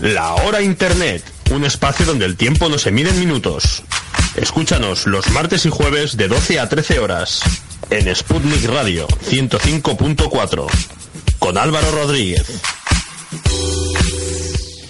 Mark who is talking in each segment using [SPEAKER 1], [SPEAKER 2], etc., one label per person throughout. [SPEAKER 1] La Hora Internet, un espacio donde el tiempo no se mide en minutos. Escúchanos los martes y jueves de 12 a 13 horas en Sputnik Radio 105.4 con Álvaro Rodríguez.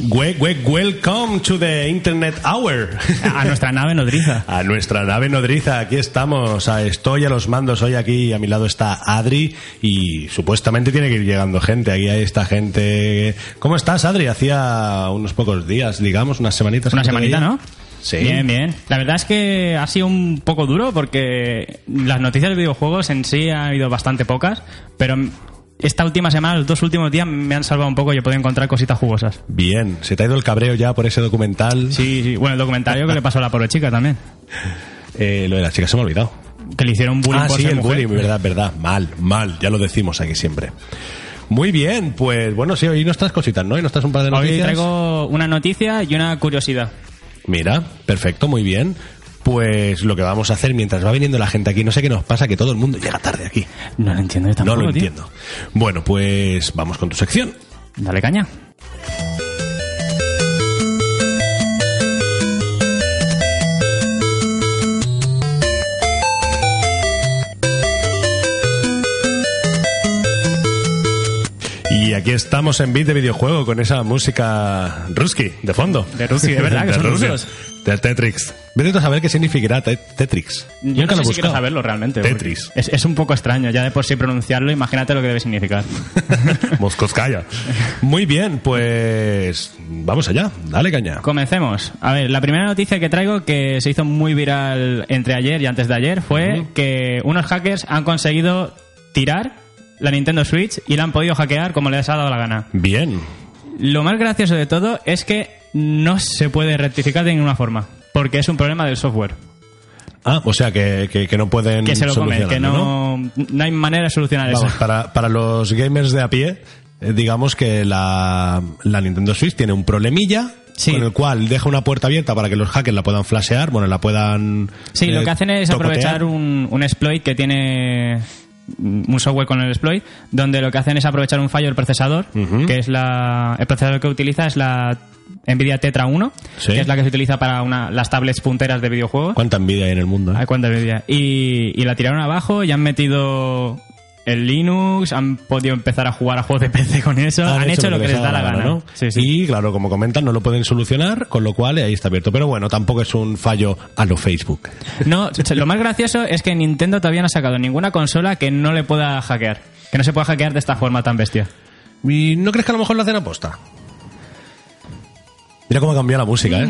[SPEAKER 2] We- we- welcome to the Internet Hour.
[SPEAKER 3] A nuestra nave nodriza.
[SPEAKER 2] A nuestra nave nodriza, aquí estamos. A- Estoy a los mandos hoy aquí, a mi lado está Adri y supuestamente tiene que ir llegando gente. Aquí hay esta gente. ¿Cómo estás, Adri? Hacía unos pocos días, digamos, unas semanitas.
[SPEAKER 3] Una
[SPEAKER 2] que no te
[SPEAKER 3] semanita,
[SPEAKER 2] veía.
[SPEAKER 3] ¿no?
[SPEAKER 2] Sí.
[SPEAKER 3] Bien, bien. La verdad es que ha sido un poco duro porque las noticias de videojuegos en sí han habido bastante pocas, pero esta última semana, los dos últimos días, me han salvado un poco y he podido encontrar cositas jugosas.
[SPEAKER 2] Bien, se te ha ido el cabreo ya por ese documental.
[SPEAKER 3] Sí, sí. Bueno, el documentario que le pasó a la pobre chica también.
[SPEAKER 2] Eh, lo de las chicas se me ha olvidado.
[SPEAKER 3] Que le hicieron bullying
[SPEAKER 2] ah,
[SPEAKER 3] por
[SPEAKER 2] sí,
[SPEAKER 3] ser
[SPEAKER 2] el
[SPEAKER 3] mujer.
[SPEAKER 2] bullying, verdad, verdad. Mal, mal, ya lo decimos aquí siempre. Muy bien, pues bueno, sí, hoy no estás cositas, ¿no? Hoy no estás un par de noticias.
[SPEAKER 3] Hoy traigo una noticia y una curiosidad.
[SPEAKER 2] Mira, perfecto, muy bien. Pues lo que vamos a hacer mientras va viniendo la gente aquí, no sé qué nos pasa, que todo el mundo llega tarde aquí.
[SPEAKER 3] No lo entiendo yo tampoco,
[SPEAKER 2] no lo
[SPEAKER 3] tío.
[SPEAKER 2] entiendo. Bueno, pues vamos con tu sección.
[SPEAKER 3] Dale caña.
[SPEAKER 2] Y aquí estamos en Beat de Videojuego con esa música Ruski, de fondo.
[SPEAKER 3] De Ruski, de verdad, que
[SPEAKER 2] De
[SPEAKER 3] son
[SPEAKER 2] Ruski.
[SPEAKER 3] rusos.
[SPEAKER 2] De Tetrix. Vete tú a saber qué significará te- Tetrix.
[SPEAKER 3] Yo
[SPEAKER 2] Nunca lo he
[SPEAKER 3] no sé si quiero
[SPEAKER 2] buscado.
[SPEAKER 3] saberlo realmente. porque
[SPEAKER 2] Tetris.
[SPEAKER 3] Es, es un poco extraño, ya de por sí pronunciarlo, imagínate lo que debe significar.
[SPEAKER 2] Moscoscaya. Muy bien, pues vamos allá. Dale caña.
[SPEAKER 3] Comencemos. A ver, la primera noticia que traigo que se hizo muy viral entre ayer y antes de ayer fue que unos hackers han conseguido tirar la Nintendo Switch y la han podido hackear como les ha dado la gana.
[SPEAKER 2] Bien.
[SPEAKER 3] Lo más gracioso de todo es que no se puede rectificar de ninguna forma, porque es un problema del software.
[SPEAKER 2] Ah, o sea que, que- que no pueden
[SPEAKER 3] Que se lo comen, que
[SPEAKER 2] solucionarlo, Mm, ¿no?
[SPEAKER 3] no, no hay manera de solucionar eso.
[SPEAKER 2] Vamos, para, para los gamers de a pie, eh, digamos que la, la Nintendo Switch tiene un problemilla
[SPEAKER 3] Sí.
[SPEAKER 2] con el cual deja una puerta abierta para que los hackers la puedan flashear, bueno, la puedan...
[SPEAKER 3] Sí, lo
[SPEAKER 2] eh,
[SPEAKER 3] que hacen es
[SPEAKER 2] tocotear.
[SPEAKER 3] aprovechar un, un exploit que tiene un software con el exploit, donde lo que hacen es aprovechar un fallo del procesador, que es la, el procesador que utiliza es la Nvidia Tetra 1,
[SPEAKER 2] Sí.
[SPEAKER 3] que es la que se utiliza para una, las tablets punteras de videojuegos.
[SPEAKER 2] Cuánta envidia hay en el mundo.
[SPEAKER 3] Ay,
[SPEAKER 2] ¿eh?
[SPEAKER 3] cuánta Nvidia. Y, y la tiraron abajo y han metido el Linux, han podido empezar a jugar a juegos de PC con eso, han, hecho, lo que les da la gana.
[SPEAKER 2] ¿no?
[SPEAKER 3] Sí, sí.
[SPEAKER 2] Y claro, como comentan, no lo pueden solucionar, con lo cual ahí está abierto. Pero bueno, tampoco es un fallo a lo Facebook.
[SPEAKER 3] No, o sea, lo más gracioso es que Nintendo todavía no ha sacado ninguna consola que no le pueda hackear. Que no se pueda hackear de esta forma tan bestia.
[SPEAKER 2] ¿Y no crees que a lo mejor lo hacen aposta? Mira cómo ha cambiado la música, ¿eh?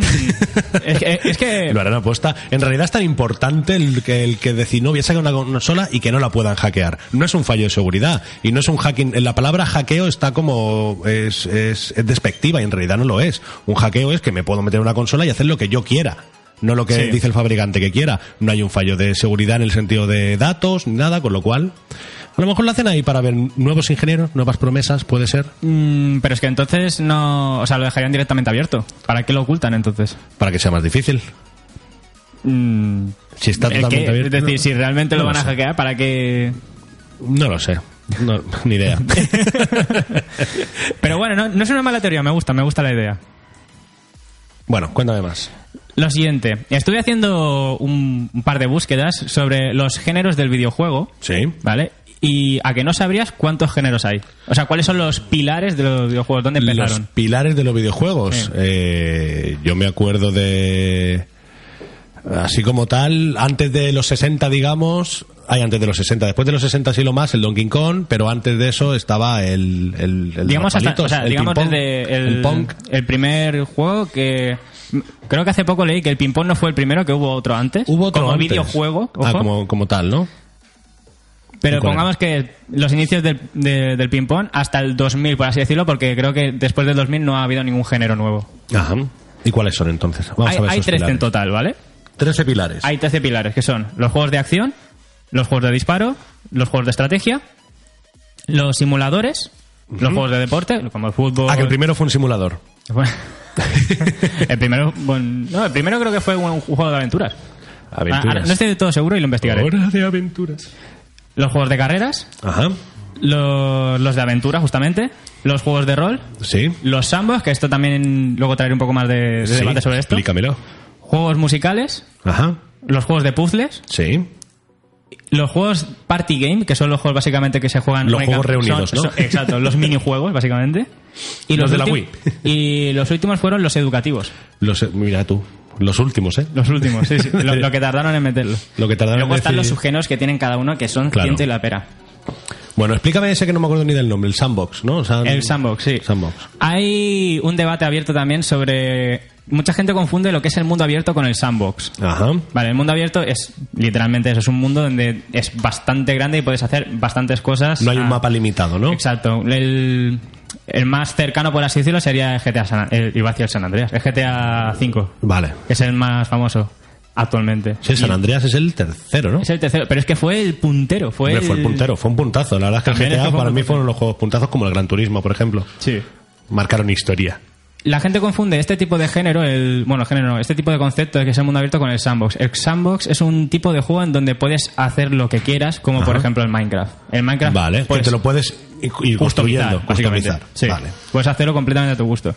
[SPEAKER 3] Es que, es que-
[SPEAKER 2] Lo harán aposta. En realidad es tan importante el que, el que decir, no, voy a sacar una consola y que no la puedan hackear. No es un fallo de seguridad y no es un hacking. La palabra hackeo está como. Es, es, es despectiva y en realidad no lo es. Un hackeo es que me puedo meter en una consola y hacer lo que yo quiera. No lo que
[SPEAKER 3] Sí.
[SPEAKER 2] dice el fabricante que quiera. No hay un fallo de seguridad en el sentido de datos, ni nada, con lo cual. A lo mejor lo hacen ahí para ver nuevos ingenieros, nuevas promesas, puede ser.
[SPEAKER 3] Mm, pero es que entonces no. O sea, lo dejarían directamente abierto. ¿Para qué lo ocultan entonces?
[SPEAKER 2] Para que sea más difícil.
[SPEAKER 3] Mm,
[SPEAKER 2] Si está
[SPEAKER 3] es
[SPEAKER 2] totalmente
[SPEAKER 3] que-
[SPEAKER 2] abierto.
[SPEAKER 3] Es decir, si realmente
[SPEAKER 2] No
[SPEAKER 3] lo
[SPEAKER 2] lo
[SPEAKER 3] van a
[SPEAKER 2] sé.
[SPEAKER 3] hackear, ¿para qué.?
[SPEAKER 2] No lo sé. No, ni idea.
[SPEAKER 3] Pero bueno, no, no es una mala teoría, me gusta, me gusta la idea.
[SPEAKER 2] bueno, cuéntame más.
[SPEAKER 3] Lo siguiente, estuve haciendo un, un par de búsquedas sobre los géneros del videojuego.
[SPEAKER 2] Sí.
[SPEAKER 3] ¿Vale? Y a que no sabrías cuántos géneros hay. O sea, ¿cuáles son los pilares de los videojuegos? ¿Dónde
[SPEAKER 2] Los
[SPEAKER 3] empezaron?
[SPEAKER 2] pilares de los videojuegos.
[SPEAKER 3] Sí.
[SPEAKER 2] Eh, yo me acuerdo de. Así como tal, antes de los 60, digamos. Hay antes de los 60. Después de los 60, sí lo más, el Donkey Kong. Pero antes de eso estaba el. el, el
[SPEAKER 3] digamos
[SPEAKER 2] los
[SPEAKER 3] hasta-
[SPEAKER 2] palitos,
[SPEAKER 3] o sea,
[SPEAKER 2] el
[SPEAKER 3] digamos
[SPEAKER 2] ping-pong,
[SPEAKER 3] desde el,
[SPEAKER 2] el Pong.
[SPEAKER 3] el primer juego que creo que hace poco leí que el ping pong no fue el primero, que hubo otro antes.
[SPEAKER 2] Hubo otro
[SPEAKER 3] como
[SPEAKER 2] antes.
[SPEAKER 3] videojuego,
[SPEAKER 2] Ah,
[SPEAKER 3] ojo.
[SPEAKER 2] como, como tal, ¿no?
[SPEAKER 3] pero
[SPEAKER 2] ¿cuál era?
[SPEAKER 3] pongamos que los inicios del, de- del ping pong hasta el 2000, por así decirlo, porque creo que después del 2000 no ha habido ningún género nuevo.
[SPEAKER 2] Ajá. ¿Y cuáles son entonces? Vamos
[SPEAKER 3] hay
[SPEAKER 2] a ver.
[SPEAKER 3] hay
[SPEAKER 2] esos
[SPEAKER 3] 13 en
[SPEAKER 2] pilares.
[SPEAKER 3] total, ¿vale?
[SPEAKER 2] 13 pilares.
[SPEAKER 3] Hay 13 pilares, que son los juegos de acción, los juegos de disparo, los juegos de estrategia, los simuladores, los juegos de deporte, como el fútbol...
[SPEAKER 2] Ah, que el primero fue un simulador.
[SPEAKER 3] Bueno, el primero... bueno, no, el primero creo que fue un, un juego de aventuras. Ah, ahora
[SPEAKER 2] Aventuras.
[SPEAKER 3] no estoy de todo seguro y lo investigaré.
[SPEAKER 2] Hora de aventuras.
[SPEAKER 3] Los juegos de carreras,
[SPEAKER 2] Ajá.
[SPEAKER 3] los, los de aventura, justamente, los juegos de rol,
[SPEAKER 2] Sí.
[SPEAKER 3] los sandbox, que esto también luego traeré un poco más de, de
[SPEAKER 2] Sí,
[SPEAKER 3] debate sobre esto,
[SPEAKER 2] Explícamelo.
[SPEAKER 3] juegos musicales,
[SPEAKER 2] Ajá.
[SPEAKER 3] los juegos de puzzles,
[SPEAKER 2] Sí.
[SPEAKER 3] los juegos party game, que son los juegos básicamente que se juegan...
[SPEAKER 2] Los
[SPEAKER 3] única-
[SPEAKER 2] juegos reunidos,
[SPEAKER 3] son-
[SPEAKER 2] ¿no?
[SPEAKER 3] son- exacto, los minijuegos, básicamente. Y
[SPEAKER 2] Los de la
[SPEAKER 3] últim- Y los últimos fueron los educativos.
[SPEAKER 2] Los, mira tú. Los últimos, ¿eh?
[SPEAKER 3] Los últimos, sí, sí. Lo, lo que tardaron en meterlo.
[SPEAKER 2] Lo que tardaron
[SPEAKER 3] Luego
[SPEAKER 2] en
[SPEAKER 3] están los
[SPEAKER 2] decir-
[SPEAKER 3] subgenos que tienen cada uno, que son
[SPEAKER 2] Claro.
[SPEAKER 3] ciento y la pera.
[SPEAKER 2] Bueno, explícame ese que no me acuerdo ni del nombre, el sandbox, ¿no? O sea,
[SPEAKER 3] El sandbox, sí.
[SPEAKER 2] Sandbox.
[SPEAKER 3] Hay un debate abierto también sobre... Mucha gente confunde lo que es el mundo abierto con el sandbox.
[SPEAKER 2] Ajá.
[SPEAKER 3] Vale, el mundo abierto es literalmente eso, es un mundo donde es bastante grande y puedes hacer bastantes cosas.
[SPEAKER 2] No hay un
[SPEAKER 3] Ah,
[SPEAKER 2] mapa limitado, ¿no?
[SPEAKER 3] Exacto. El, el más cercano, por así decirlo, sería el GTA San, el, iba a decir el San Andreas, el GTA V,
[SPEAKER 2] Vale.
[SPEAKER 3] que es el más famoso actualmente.
[SPEAKER 2] Sí, San Andreas es el tercero, ¿no?
[SPEAKER 3] Es el tercero, pero es que fue el puntero. Fue,
[SPEAKER 2] Hombre, fue el puntero, fue un puntazo. La verdad es que el
[SPEAKER 3] También es
[SPEAKER 2] GTA
[SPEAKER 3] que fue
[SPEAKER 2] para
[SPEAKER 3] un
[SPEAKER 2] mí
[SPEAKER 3] puntazo.
[SPEAKER 2] fueron los juegos puntazos como el Gran Turismo, por ejemplo.
[SPEAKER 3] Sí.
[SPEAKER 2] Marcaron historia.
[SPEAKER 3] La gente confunde este tipo de género, el bueno, género no, este tipo de concepto de que es el mundo abierto con el sandbox. El sandbox es un tipo de juego en donde puedes hacer lo que quieras, como por
[SPEAKER 2] Ajá.
[SPEAKER 3] ejemplo el Minecraft. El Minecraft pues,
[SPEAKER 2] Vale, Pues que
[SPEAKER 3] puedes
[SPEAKER 2] te lo puedes ir construyendo,
[SPEAKER 3] customizar, básicamente.
[SPEAKER 2] customizar.
[SPEAKER 3] Sí.
[SPEAKER 2] Vale.
[SPEAKER 3] Puedes hacerlo completamente a tu gusto.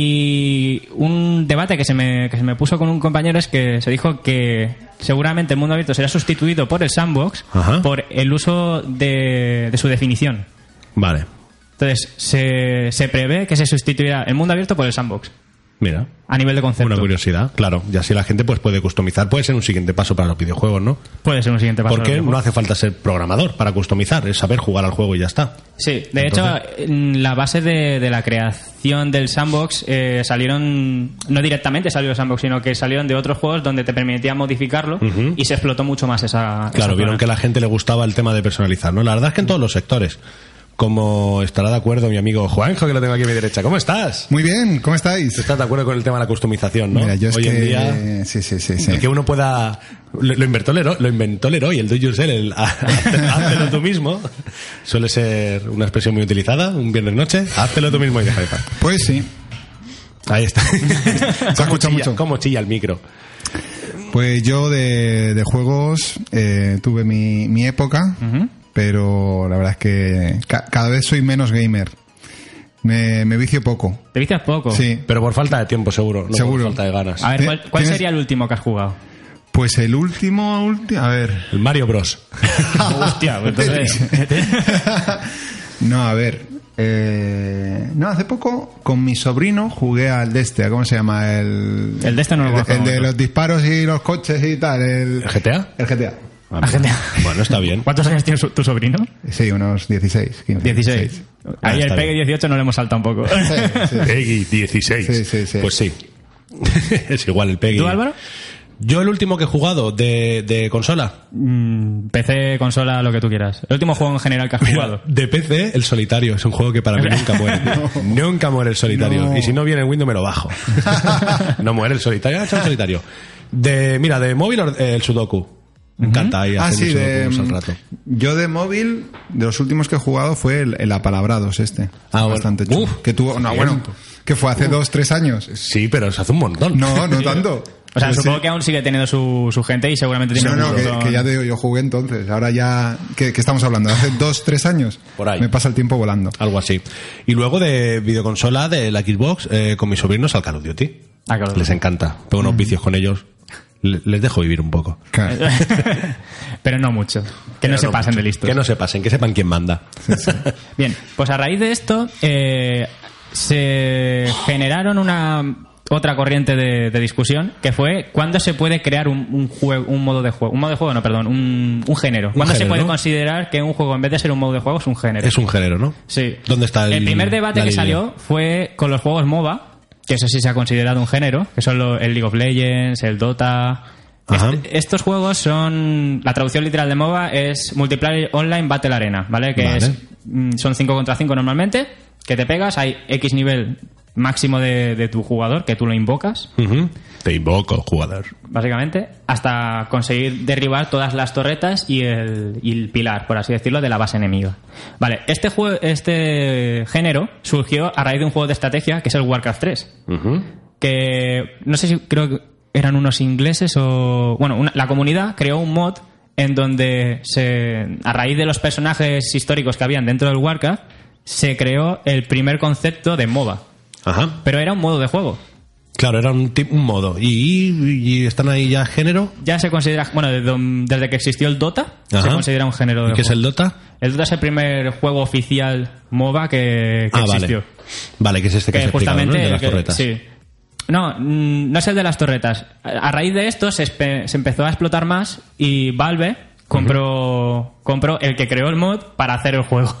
[SPEAKER 3] Y un debate que se, me, que se me puso con un compañero es que se dijo que seguramente el mundo abierto será sustituido por el sandbox
[SPEAKER 2] Ajá.
[SPEAKER 3] por el uso de, de su definición.
[SPEAKER 2] Vale.
[SPEAKER 3] Entonces, se, se prevé que se sustituirá el mundo abierto por el sandbox
[SPEAKER 2] Mira,
[SPEAKER 3] a nivel de concepto.
[SPEAKER 2] una curiosidad, claro. Y así la gente pues puede customizar. Puede ser un siguiente paso para los videojuegos, ¿no?
[SPEAKER 3] Puede ser un siguiente paso.
[SPEAKER 2] Porque
[SPEAKER 3] del
[SPEAKER 2] no
[SPEAKER 3] juego.
[SPEAKER 2] hace falta ser programador para customizar, es saber jugar al juego y ya está.
[SPEAKER 3] Sí, de
[SPEAKER 2] Entonces-
[SPEAKER 3] hecho, en la base de, de la creación del sandbox eh, salieron, no directamente salió el sandbox, sino que salieron de otros juegos donde te permitían modificarlo
[SPEAKER 2] Ujú.
[SPEAKER 3] y se explotó mucho más esa.
[SPEAKER 2] Claro, vieron que a la gente le gustaba el tema de personalizar, ¿no? La verdad es que en todos los sectores. Como estará de acuerdo mi amigo Juanjo, que lo tengo aquí a mi derecha. ¿Cómo estás?
[SPEAKER 4] Muy bien, ¿cómo estáis?
[SPEAKER 2] ¿Estás de acuerdo con el tema de la customización, no?
[SPEAKER 4] Mira, yo es
[SPEAKER 2] Hoy
[SPEAKER 4] que...
[SPEAKER 2] en día...
[SPEAKER 4] Sí, sí, sí, sí.
[SPEAKER 2] el que uno pueda... Lo, lo inventó Leroy, lo inventó Leroy, el do it yourself, el háztelo tú mismo. Suele ser una expresión muy utilizada, un viernes noche, háztelo tú mismo y deja de paz.
[SPEAKER 4] Pues sí,
[SPEAKER 2] Ahí está. Se
[SPEAKER 4] escuchado mucho.
[SPEAKER 2] Cómo chilla el micro.
[SPEAKER 4] pues yo de, de juegos eh, tuve mi, mi época, pero la verdad es que ca- cada vez soy menos gamer. Me, me vicio poco.
[SPEAKER 3] ¿Te viste
[SPEAKER 2] Oh.
[SPEAKER 3] poco?
[SPEAKER 4] Sí,
[SPEAKER 2] Pero por falta de tiempo, seguro. No
[SPEAKER 4] Seguro.
[SPEAKER 2] Por falta de ganas.
[SPEAKER 3] A ver, ¿cuál, cuál
[SPEAKER 4] ¿Tienes-
[SPEAKER 3] sería el último que has jugado?
[SPEAKER 4] pues el último, ulti- a ver...
[SPEAKER 2] El Mario Bros.
[SPEAKER 3] Hostia, pues entonces.
[SPEAKER 4] No, a ver. eh, no, hace poco con mi sobrino jugué al de este, ¿cómo se llama? El,
[SPEAKER 3] El de este no lo
[SPEAKER 4] el,
[SPEAKER 3] conozco
[SPEAKER 4] el de
[SPEAKER 3] mucho.
[SPEAKER 4] los disparos y los coches y tal.
[SPEAKER 2] ¿El
[SPEAKER 4] El,
[SPEAKER 2] GTA?
[SPEAKER 4] el GTA.
[SPEAKER 2] Ah, mira. Bueno, está bien.
[SPEAKER 3] ¿Cuántos años tiene su- tu sobrino?
[SPEAKER 4] Sí, unos 16, 15.
[SPEAKER 3] 16.
[SPEAKER 2] Ah,
[SPEAKER 3] Ahí el
[SPEAKER 2] está
[SPEAKER 3] Peggy
[SPEAKER 2] bien.
[SPEAKER 3] 18 no le hemos saltado un poco.
[SPEAKER 4] Sí, sí.
[SPEAKER 2] Peggy 16.
[SPEAKER 4] Sí, sí, sí.
[SPEAKER 2] Pues sí. es igual el Peggy.
[SPEAKER 3] ¿Tú, Álvaro?
[SPEAKER 2] Yo el último que he jugado de, de consola.
[SPEAKER 3] Mm, PC, consola, lo que tú quieras. El último juego en general que has jugado.
[SPEAKER 2] De PC, el solitario. Es un juego que para mí nunca muere. Nunca muere el solitario.
[SPEAKER 4] No.
[SPEAKER 2] Y si no viene el Windows me lo bajo. no muere el solitario. Ah, está el solitario. De, mira, de móvil eh, el Sudoku. Me encanta ahí
[SPEAKER 4] Ah,
[SPEAKER 2] hacer
[SPEAKER 4] sí, de,
[SPEAKER 2] Sudokus
[SPEAKER 3] mm,
[SPEAKER 2] al rato.
[SPEAKER 4] yo de móvil, de los últimos que he jugado fue el, el Apalabrados este.
[SPEAKER 2] Ah, bueno.
[SPEAKER 4] Bastante chulo.
[SPEAKER 2] Uf,
[SPEAKER 4] que tuvo, no, bueno, que fue hace dos, tres años.
[SPEAKER 2] Sí, pero se hace un montón.
[SPEAKER 4] No, no tanto.
[SPEAKER 3] O sea,
[SPEAKER 4] Pues sí.
[SPEAKER 3] supongo que aún sigue teniendo su, su gente y seguramente tiene
[SPEAKER 4] No,
[SPEAKER 3] un
[SPEAKER 4] no, que,
[SPEAKER 3] montón.
[SPEAKER 4] que ya te digo, yo jugué entonces. Ahora ya. ¿Qué, qué estamos hablando? ¿Hace dos, tres años?
[SPEAKER 2] Por ahí. Ah.
[SPEAKER 4] Me pasa el tiempo volando.
[SPEAKER 2] Algo así. Y luego de videoconsola de la Xbox eh, con mis sobrinos al Call of Duty.
[SPEAKER 3] Ah, claro. Mm.
[SPEAKER 2] Les encanta. Tengo unos vicios con ellos. Le- Les dejo vivir un poco.
[SPEAKER 4] Claro.
[SPEAKER 3] Pero no mucho. Que no se pasen de listos.
[SPEAKER 2] Que no se pasen, que sepan quién manda.
[SPEAKER 3] Bien, pues a raíz de esto eh, se generaron una otra corriente de, de discusión que fue cuándo se puede crear un, un juego un modo de juego un modo de juego no perdón un, un género cuándo se
[SPEAKER 2] género,
[SPEAKER 3] puede
[SPEAKER 2] ¿no?
[SPEAKER 3] considerar que un juego en vez de ser un modo de juego es un género
[SPEAKER 2] Es un género, ¿no?
[SPEAKER 3] sí
[SPEAKER 2] ¿Dónde está el,
[SPEAKER 3] el primer debate
[SPEAKER 2] la
[SPEAKER 3] que
[SPEAKER 2] línea?
[SPEAKER 3] salió fue con los juegos MOBA que eso sí se ha considerado un género que son lo- el League of Legends el Dota
[SPEAKER 2] Ajá.
[SPEAKER 3] Este- estos juegos son la traducción literal de MOBA es multiplayer online battle arena vale que
[SPEAKER 2] Vale.
[SPEAKER 3] es mm, son 5 contra 5 normalmente que te pegas hay X nivel máximo de, de tu jugador que tú lo invocas
[SPEAKER 2] Ujú. Te invoco, jugador.
[SPEAKER 3] básicamente hasta conseguir derribar todas las torretas y el, y el pilar por así decirlo de la base enemiga vale este juego este género surgió a raíz de un juego de estrategia que es el Warcraft 3
[SPEAKER 2] Ujú.
[SPEAKER 3] que no sé si creo que eran unos ingleses o bueno una- la comunidad creó un mod en donde se, a raíz de los personajes históricos que habían dentro del Warcraft, se creó el primer concepto de MOBA.
[SPEAKER 2] Ajá.
[SPEAKER 3] Pero era un modo de juego.
[SPEAKER 2] Claro, era un, tip- un modo. Y, y- y están ahí ya género,
[SPEAKER 3] Ya se considera, bueno, desde, desde que existió el Dota, se
[SPEAKER 2] Ajá.
[SPEAKER 3] considera un género de
[SPEAKER 2] que es
[SPEAKER 3] juego.
[SPEAKER 2] el Dota.
[SPEAKER 3] El Dota es el primer juego oficial MOBA que, que
[SPEAKER 2] ah,
[SPEAKER 3] existió.
[SPEAKER 2] vale. Vale, que es este que,
[SPEAKER 3] Que
[SPEAKER 2] has explicado,
[SPEAKER 3] justamente
[SPEAKER 2] ¿no? El de las
[SPEAKER 3] el que-
[SPEAKER 2] torretas.
[SPEAKER 3] sí. No, mm, no es el de las torretas. A a raíz de esto se, espe- se empezó a explotar más y Valve compró, compró el que creó el mod para hacer el juego.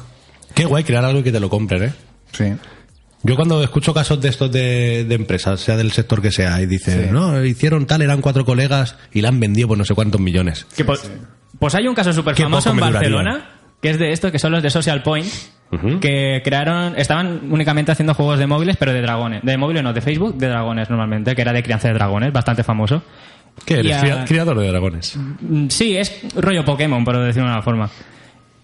[SPEAKER 2] Qué guay crear algo y que te lo compren, ¿eh?
[SPEAKER 4] Sí.
[SPEAKER 2] Yo cuando escucho casos de estos de, de empresas, sea del sector que sea, y dicen,
[SPEAKER 4] Sí.
[SPEAKER 2] no, hicieron tal, eran cuatro colegas y la han vendido por no sé cuántos millones.
[SPEAKER 3] Que po- Pues hay un caso súper
[SPEAKER 2] Qué
[SPEAKER 3] famoso
[SPEAKER 2] poco
[SPEAKER 3] en
[SPEAKER 2] me duraría.
[SPEAKER 3] Barcelona, que es de esto, que son los de Social Point, que crearon, estaban únicamente haciendo juegos de móviles, pero de dragones. De móviles no, de Facebook, de dragones normalmente, que era de crianza de dragones, bastante famoso.
[SPEAKER 2] ¿Qué
[SPEAKER 3] Y
[SPEAKER 2] eres?
[SPEAKER 3] a-
[SPEAKER 2] Cria- Criador de dragones.
[SPEAKER 3] Mm, Sí, es rollo Pokémon, por decirlo de una forma.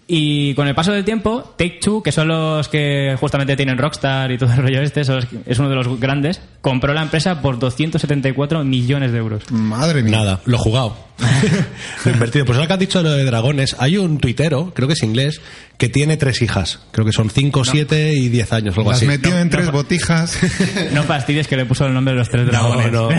[SPEAKER 3] Y con el paso del tiempo, Take Two, que son los que justamente tienen Rockstar y todo el rollo este, son los que- es uno de los grandes, compró la empresa por 274 millones de euros.
[SPEAKER 4] Madre mía.
[SPEAKER 2] Nada, lo he jugado. lo he invertido. Pues ahora que has dicho lo de dragones, hay un tuitero, creo que es inglés, que tiene tres hijas. Creo que son cinco, siete y diez años, algo
[SPEAKER 4] Las
[SPEAKER 2] así.
[SPEAKER 4] metió en tres botijas.
[SPEAKER 3] No fastidies que le puso el nombre de los tres
[SPEAKER 2] No,
[SPEAKER 3] dragones.
[SPEAKER 2] no,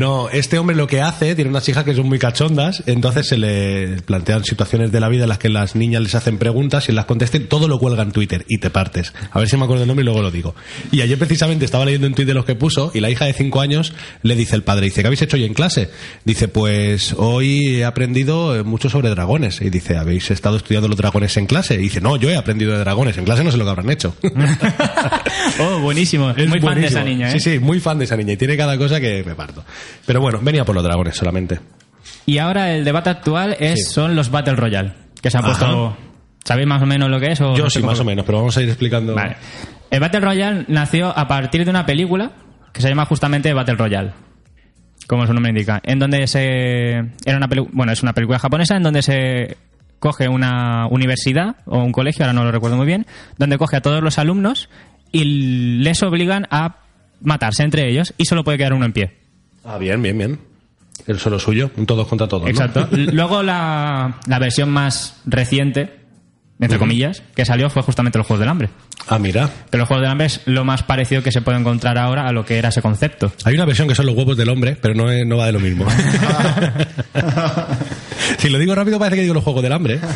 [SPEAKER 2] no, este hombre lo que hace, tiene unas hijas que son muy cachondas, entonces se le plantean situaciones de la vida en las que las niñas les hacen preguntas y las contesten, todo lo cuelga en Twitter y te partes. A ver si me acuerdo el nombre y luego lo digo. Y ayer precisamente estaba leyendo un tuit de los que puso y la hija de 5 años le dice el padre, dice, ¿qué habéis hecho hoy en clase? Dice, pues hoy he aprendido eh, mucho sobre dragones. Y dice, ¿habéis estado estudiando los dragones en clase? Y dice, no, yo he aprendido de dragones, en clase no sé lo que habrán hecho.
[SPEAKER 3] Oh, buenísimo.
[SPEAKER 2] Es
[SPEAKER 3] Muy fan de
[SPEAKER 2] buenísimo.
[SPEAKER 3] esa niña, ¿eh?
[SPEAKER 2] Sí, sí, muy fan de esa niña. Y tiene cada cosa que me parto. Pero bueno, venía por los dragones solamente.
[SPEAKER 3] Y ahora el debate actual es
[SPEAKER 2] Sí.
[SPEAKER 3] son los Battle Royale, que se han
[SPEAKER 2] Ajá.
[SPEAKER 3] puesto... ¿Sabéis más o menos lo que es? O
[SPEAKER 2] Yo
[SPEAKER 3] no sé
[SPEAKER 2] sí,
[SPEAKER 3] cómo-
[SPEAKER 2] más o menos, pero vamos a ir explicando.
[SPEAKER 3] Vale. El Battle Royale nació a partir de una película que se llama justamente Battle Royale, como su nombre indica, en donde se era una pelu- bueno, es una película japonesa en donde se coge una universidad o un colegio, ahora no lo recuerdo muy bien, donde coge a todos los alumnos y les obligan a matarse entre ellos y solo puede quedar uno en pie.
[SPEAKER 2] Ah, bien, bien, bien. El solo suyo, un todos contra todos. ¿no?
[SPEAKER 3] Exacto. L- Luego la, la versión más reciente, entre comillas, que salió fue justamente los Juegos del Hambre.
[SPEAKER 2] Ah, mira.
[SPEAKER 3] Que los Juegos del Hambre es lo más parecido que se puede encontrar ahora a lo que era ese concepto.
[SPEAKER 2] Hay una versión que son los huevos del hombre, pero no, es- no va de lo mismo. si lo digo rápido parece que digo los juegos del hambre.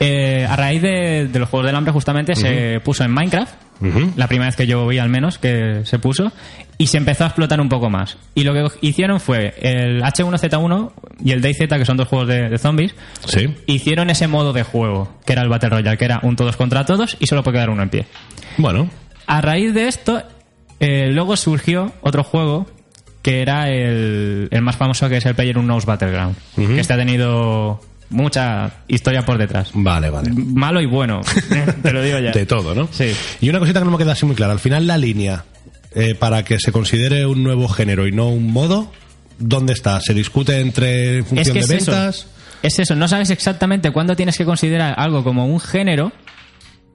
[SPEAKER 3] Eh, a raíz de, de los Juegos del Hambre justamente se puso en Minecraft,
[SPEAKER 2] Ujú.
[SPEAKER 3] la primera vez que yo vi al menos que se puso, y se empezó a explotar un poco más. Y lo que hicieron fue el H1Z1 y el DayZ, que son dos juegos de, de zombies,
[SPEAKER 2] Sí.
[SPEAKER 3] hicieron ese modo de juego, que era el Battle Royale, que era un todos contra todos y solo puede quedar uno en pie.
[SPEAKER 2] Bueno.
[SPEAKER 3] A raíz de esto, eh, luego surgió otro juego que era el, el más famoso, que es el Player Unknown's Battleground,
[SPEAKER 2] Ujú.
[SPEAKER 3] que este ha tenido mucha historia por detrás.
[SPEAKER 2] Vale, vale.
[SPEAKER 3] Malo y bueno, te lo digo ya.
[SPEAKER 2] De todo, ¿no?
[SPEAKER 3] Sí.
[SPEAKER 2] Y una cosita que no me queda así muy clara. Al final, la línea eh, para que se considere un nuevo género y no un modo, ¿dónde está? ¿Se discute entre en
[SPEAKER 3] Es
[SPEAKER 2] función
[SPEAKER 3] que es
[SPEAKER 2] de ventas?
[SPEAKER 3] eso. Es eso, no sabes exactamente cuándo tienes que considerar algo como un género,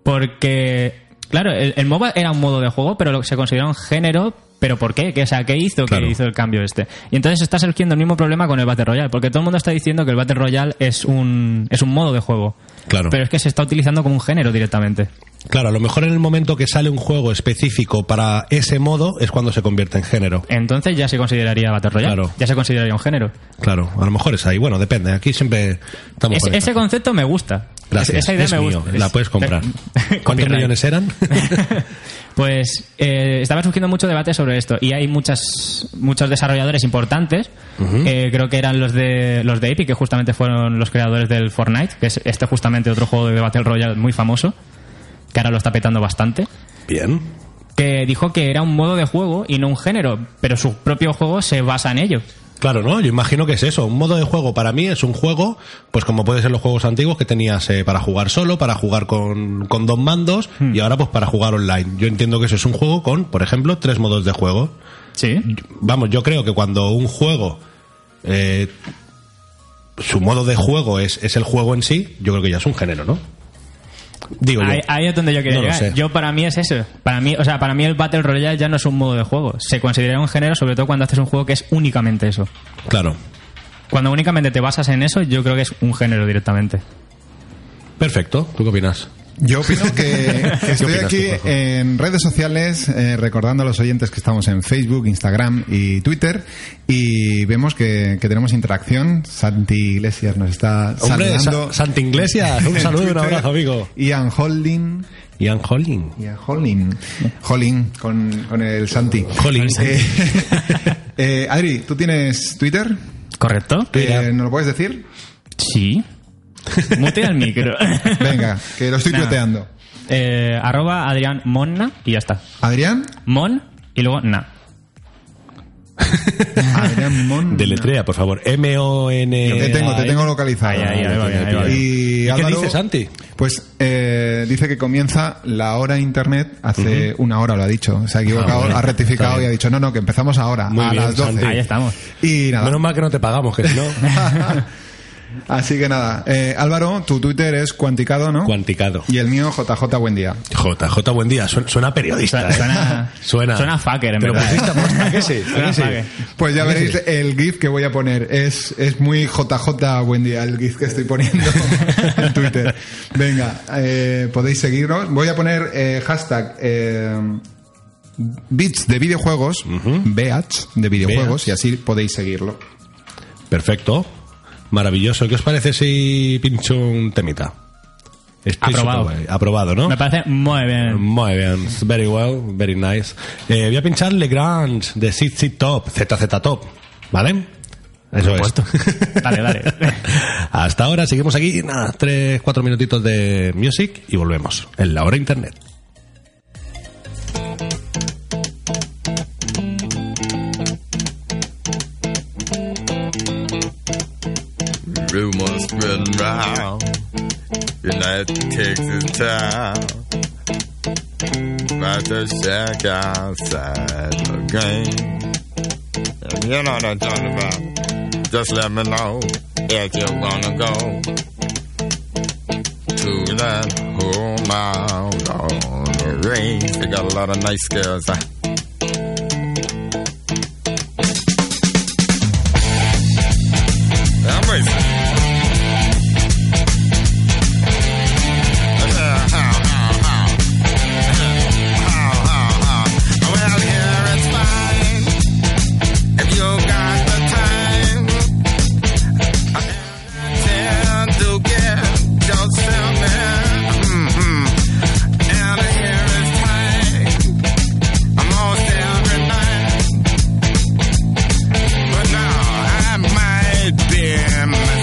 [SPEAKER 3] porque, claro, el, el MOBA era un modo de juego, pero lo que se considera un género, pero ¿por qué? ¿Qué, o sea, ¿qué hizo
[SPEAKER 2] Claro.
[SPEAKER 3] que hizo el cambio este? Y entonces está surgiendo el mismo problema con el Battle Royale, porque todo el mundo está diciendo que el Battle Royale es un, es un modo de juego.
[SPEAKER 2] Claro.
[SPEAKER 3] Pero es que se está utilizando como un género directamente.
[SPEAKER 2] Claro, a lo mejor en el momento que sale un juego específico para ese modo es cuando se convierte en género.
[SPEAKER 3] Entonces ya se consideraría Battle Royale.
[SPEAKER 2] Claro.
[SPEAKER 3] Ya se consideraría un género.
[SPEAKER 2] Claro, a lo mejor es ahí. Bueno, depende. Aquí siempre estamos.
[SPEAKER 3] Es-
[SPEAKER 2] con
[SPEAKER 3] ese
[SPEAKER 2] esto.
[SPEAKER 3] concepto me gusta.
[SPEAKER 2] Gracias.
[SPEAKER 3] Es- Esa idea
[SPEAKER 2] Es
[SPEAKER 3] me
[SPEAKER 2] mío.
[SPEAKER 3] gusta.
[SPEAKER 2] La puedes comprar. ¿Cuántos
[SPEAKER 3] Copyright.
[SPEAKER 2] millones eran?
[SPEAKER 3] pues eh, estaba surgiendo mucho debate sobre esto y hay muchas muchos desarrolladores importantes. eh, creo que eran los de los de Epic que justamente fueron los creadores del Fortnite, que es este justamente otro juego de Battle Royale muy famoso que ahora lo está petando bastante.
[SPEAKER 2] Bien.
[SPEAKER 3] Que dijo que era un modo de juego y no un género, pero su propio juego se basa en ello.
[SPEAKER 2] Claro, ¿no? Yo imagino que es eso. Un modo de juego para mí es un juego, pues como puede ser los juegos antiguos que tenías eh, para jugar solo, para jugar con, con dos mandos y ahora pues para jugar online. Yo entiendo que eso es un juego con, por ejemplo, tres modos de juego.
[SPEAKER 3] Sí.
[SPEAKER 2] Vamos, yo creo que cuando un juego, eh, su modo de juego es, es el juego en sí, yo creo que ya es un género, ¿no? Digo yo.
[SPEAKER 3] Ahí, ahí es donde yo quería
[SPEAKER 2] No lo
[SPEAKER 3] llegar.
[SPEAKER 2] sé.
[SPEAKER 3] Yo para mí es eso. Para mí, o sea, para mí el Battle Royale ya no es un modo de juego. Se considera un género, sobre todo cuando haces un juego que es únicamente eso.
[SPEAKER 2] Claro.
[SPEAKER 3] Cuando únicamente te basas en eso, yo creo que es un género directamente.
[SPEAKER 2] Perfecto. ¿Tú qué opinas?
[SPEAKER 4] Yo opino que estoy
[SPEAKER 2] opinas tú,
[SPEAKER 4] aquí
[SPEAKER 2] Juanjo?
[SPEAKER 4] en redes sociales eh, recordando a los oyentes que estamos en Facebook, Instagram y Twitter y vemos que, que tenemos interacción. Santi Iglesias nos está
[SPEAKER 2] Hombre,
[SPEAKER 4] saludando.
[SPEAKER 2] Sa- Santa Iglesias, un
[SPEAKER 4] en
[SPEAKER 2] saludo y un
[SPEAKER 4] Twitter.
[SPEAKER 2] abrazo, amigo.
[SPEAKER 4] Ian Holding.
[SPEAKER 2] Ian Holling.
[SPEAKER 4] Ian Holding. Holding con, con el Santi.
[SPEAKER 2] Holling.
[SPEAKER 4] Eh, eh, Adri, ¿tú tienes Twitter?
[SPEAKER 3] ¿Correcto?
[SPEAKER 2] Twitter.
[SPEAKER 4] Eh, ¿Nos lo puedes decir?
[SPEAKER 3] Sí. Mutea el micro.
[SPEAKER 4] Venga, que lo estoy
[SPEAKER 3] Nada.
[SPEAKER 4] tuiteando.
[SPEAKER 3] Eh, arroba Adrián Monna y ya está.
[SPEAKER 4] Adrián.
[SPEAKER 3] Mon y luego na.
[SPEAKER 4] Adrián Mon.
[SPEAKER 2] Deletrea, por favor. M-O-N...
[SPEAKER 4] Te tengo, te
[SPEAKER 3] Eh, ahí.
[SPEAKER 4] tengo localizado.
[SPEAKER 3] Ahí, ahí, ahí va bien, ahí va bien.
[SPEAKER 4] Y
[SPEAKER 2] ¿Y qué
[SPEAKER 4] Álvaro,
[SPEAKER 2] dice Santi?
[SPEAKER 4] Pues eh, dice que comienza la hora internet hace una hora, lo ha dicho. Se ha equivocado,
[SPEAKER 2] Ah, vale.
[SPEAKER 4] ha rectificado
[SPEAKER 2] Está
[SPEAKER 4] y ha
[SPEAKER 2] bien.
[SPEAKER 4] dicho, no, no, que empezamos ahora,
[SPEAKER 2] Muy
[SPEAKER 4] a
[SPEAKER 2] bien,
[SPEAKER 4] las 12.
[SPEAKER 2] Santi.
[SPEAKER 3] Ahí estamos.
[SPEAKER 4] Y nada.
[SPEAKER 2] Menos mal que no te pagamos, que si no...
[SPEAKER 4] Así que nada. Eh, Álvaro, tu Twitter es cuanticado, ¿no?
[SPEAKER 2] Cuanticado.
[SPEAKER 4] Y el mío, JJ Buen Día.
[SPEAKER 2] JJ, buen día. Suena, suena periodista.
[SPEAKER 3] Suena-
[SPEAKER 2] ¿eh?
[SPEAKER 3] suena- suena fucker, en
[SPEAKER 2] Te lo
[SPEAKER 3] verdad,
[SPEAKER 2] pusiste
[SPEAKER 3] ¿eh?
[SPEAKER 2] a posta, ¿qué sí?
[SPEAKER 3] Suena
[SPEAKER 2] ¿Qué sí?
[SPEAKER 3] fucker.
[SPEAKER 4] Pues ya veréis el GIF que voy a poner. Es, es muy JJ buen día el GIF que estoy poniendo en Twitter. Venga, eh, podéis seguirnos. Voy a poner eh, hashtag eh, bits de videojuegos, BH de
[SPEAKER 2] Beats.
[SPEAKER 4] videojuegos, y así podéis seguirlo.
[SPEAKER 2] Perfecto. Maravilloso. ¿Qué os parece si pincho un temita? Estoy
[SPEAKER 3] Aprobado.
[SPEAKER 2] superguay. Aprobado, ¿no?
[SPEAKER 3] Me parece muy bien.
[SPEAKER 2] Muy bien, very well, very nice. Eh, voy a pinchar Le Grand de Sit Sit Top, ZZ Top, ¿vale? Eso es.
[SPEAKER 3] Dale, dale.
[SPEAKER 2] Hasta ahora, seguimos aquí, nada, tres, cuatro minutitos de music y volvemos en la hora internet.
[SPEAKER 5] rumors spreading round. United Texas town. About the shack outside the game. If you know what I'm talking about, just let me know if you're gonna go to that whole mile on the range. They got a lot of nice girls. huh? I'm racing. Well, here it's fine. If you got the time, I intend to get yourself in. Mhm. And here it's time. I'm Mm-hmm.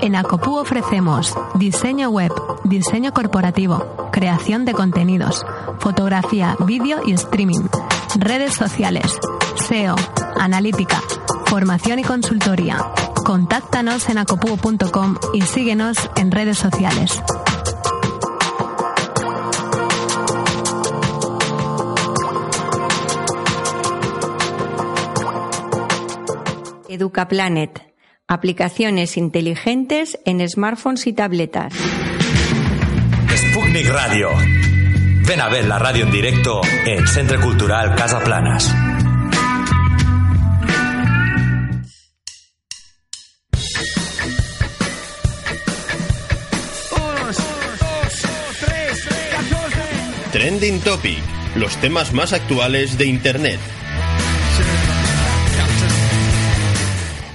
[SPEAKER 6] En ACOPU ofrecemos diseño web, diseño corporativo, creación de contenidos, fotografía, vídeo y streaming, redes sociales, SEO, analítica, formación y consultoría. Contáctanos en acopu.com y síguenos en redes sociales.
[SPEAKER 7] EducaPlanet. Aplicaciones inteligentes en smartphones y tabletas.
[SPEAKER 8] Sputnik Radio. Ven a ver la radio en directo en Centro Cultural Casa Planas.
[SPEAKER 1] Trending Topic, los temas más actuales de Internet.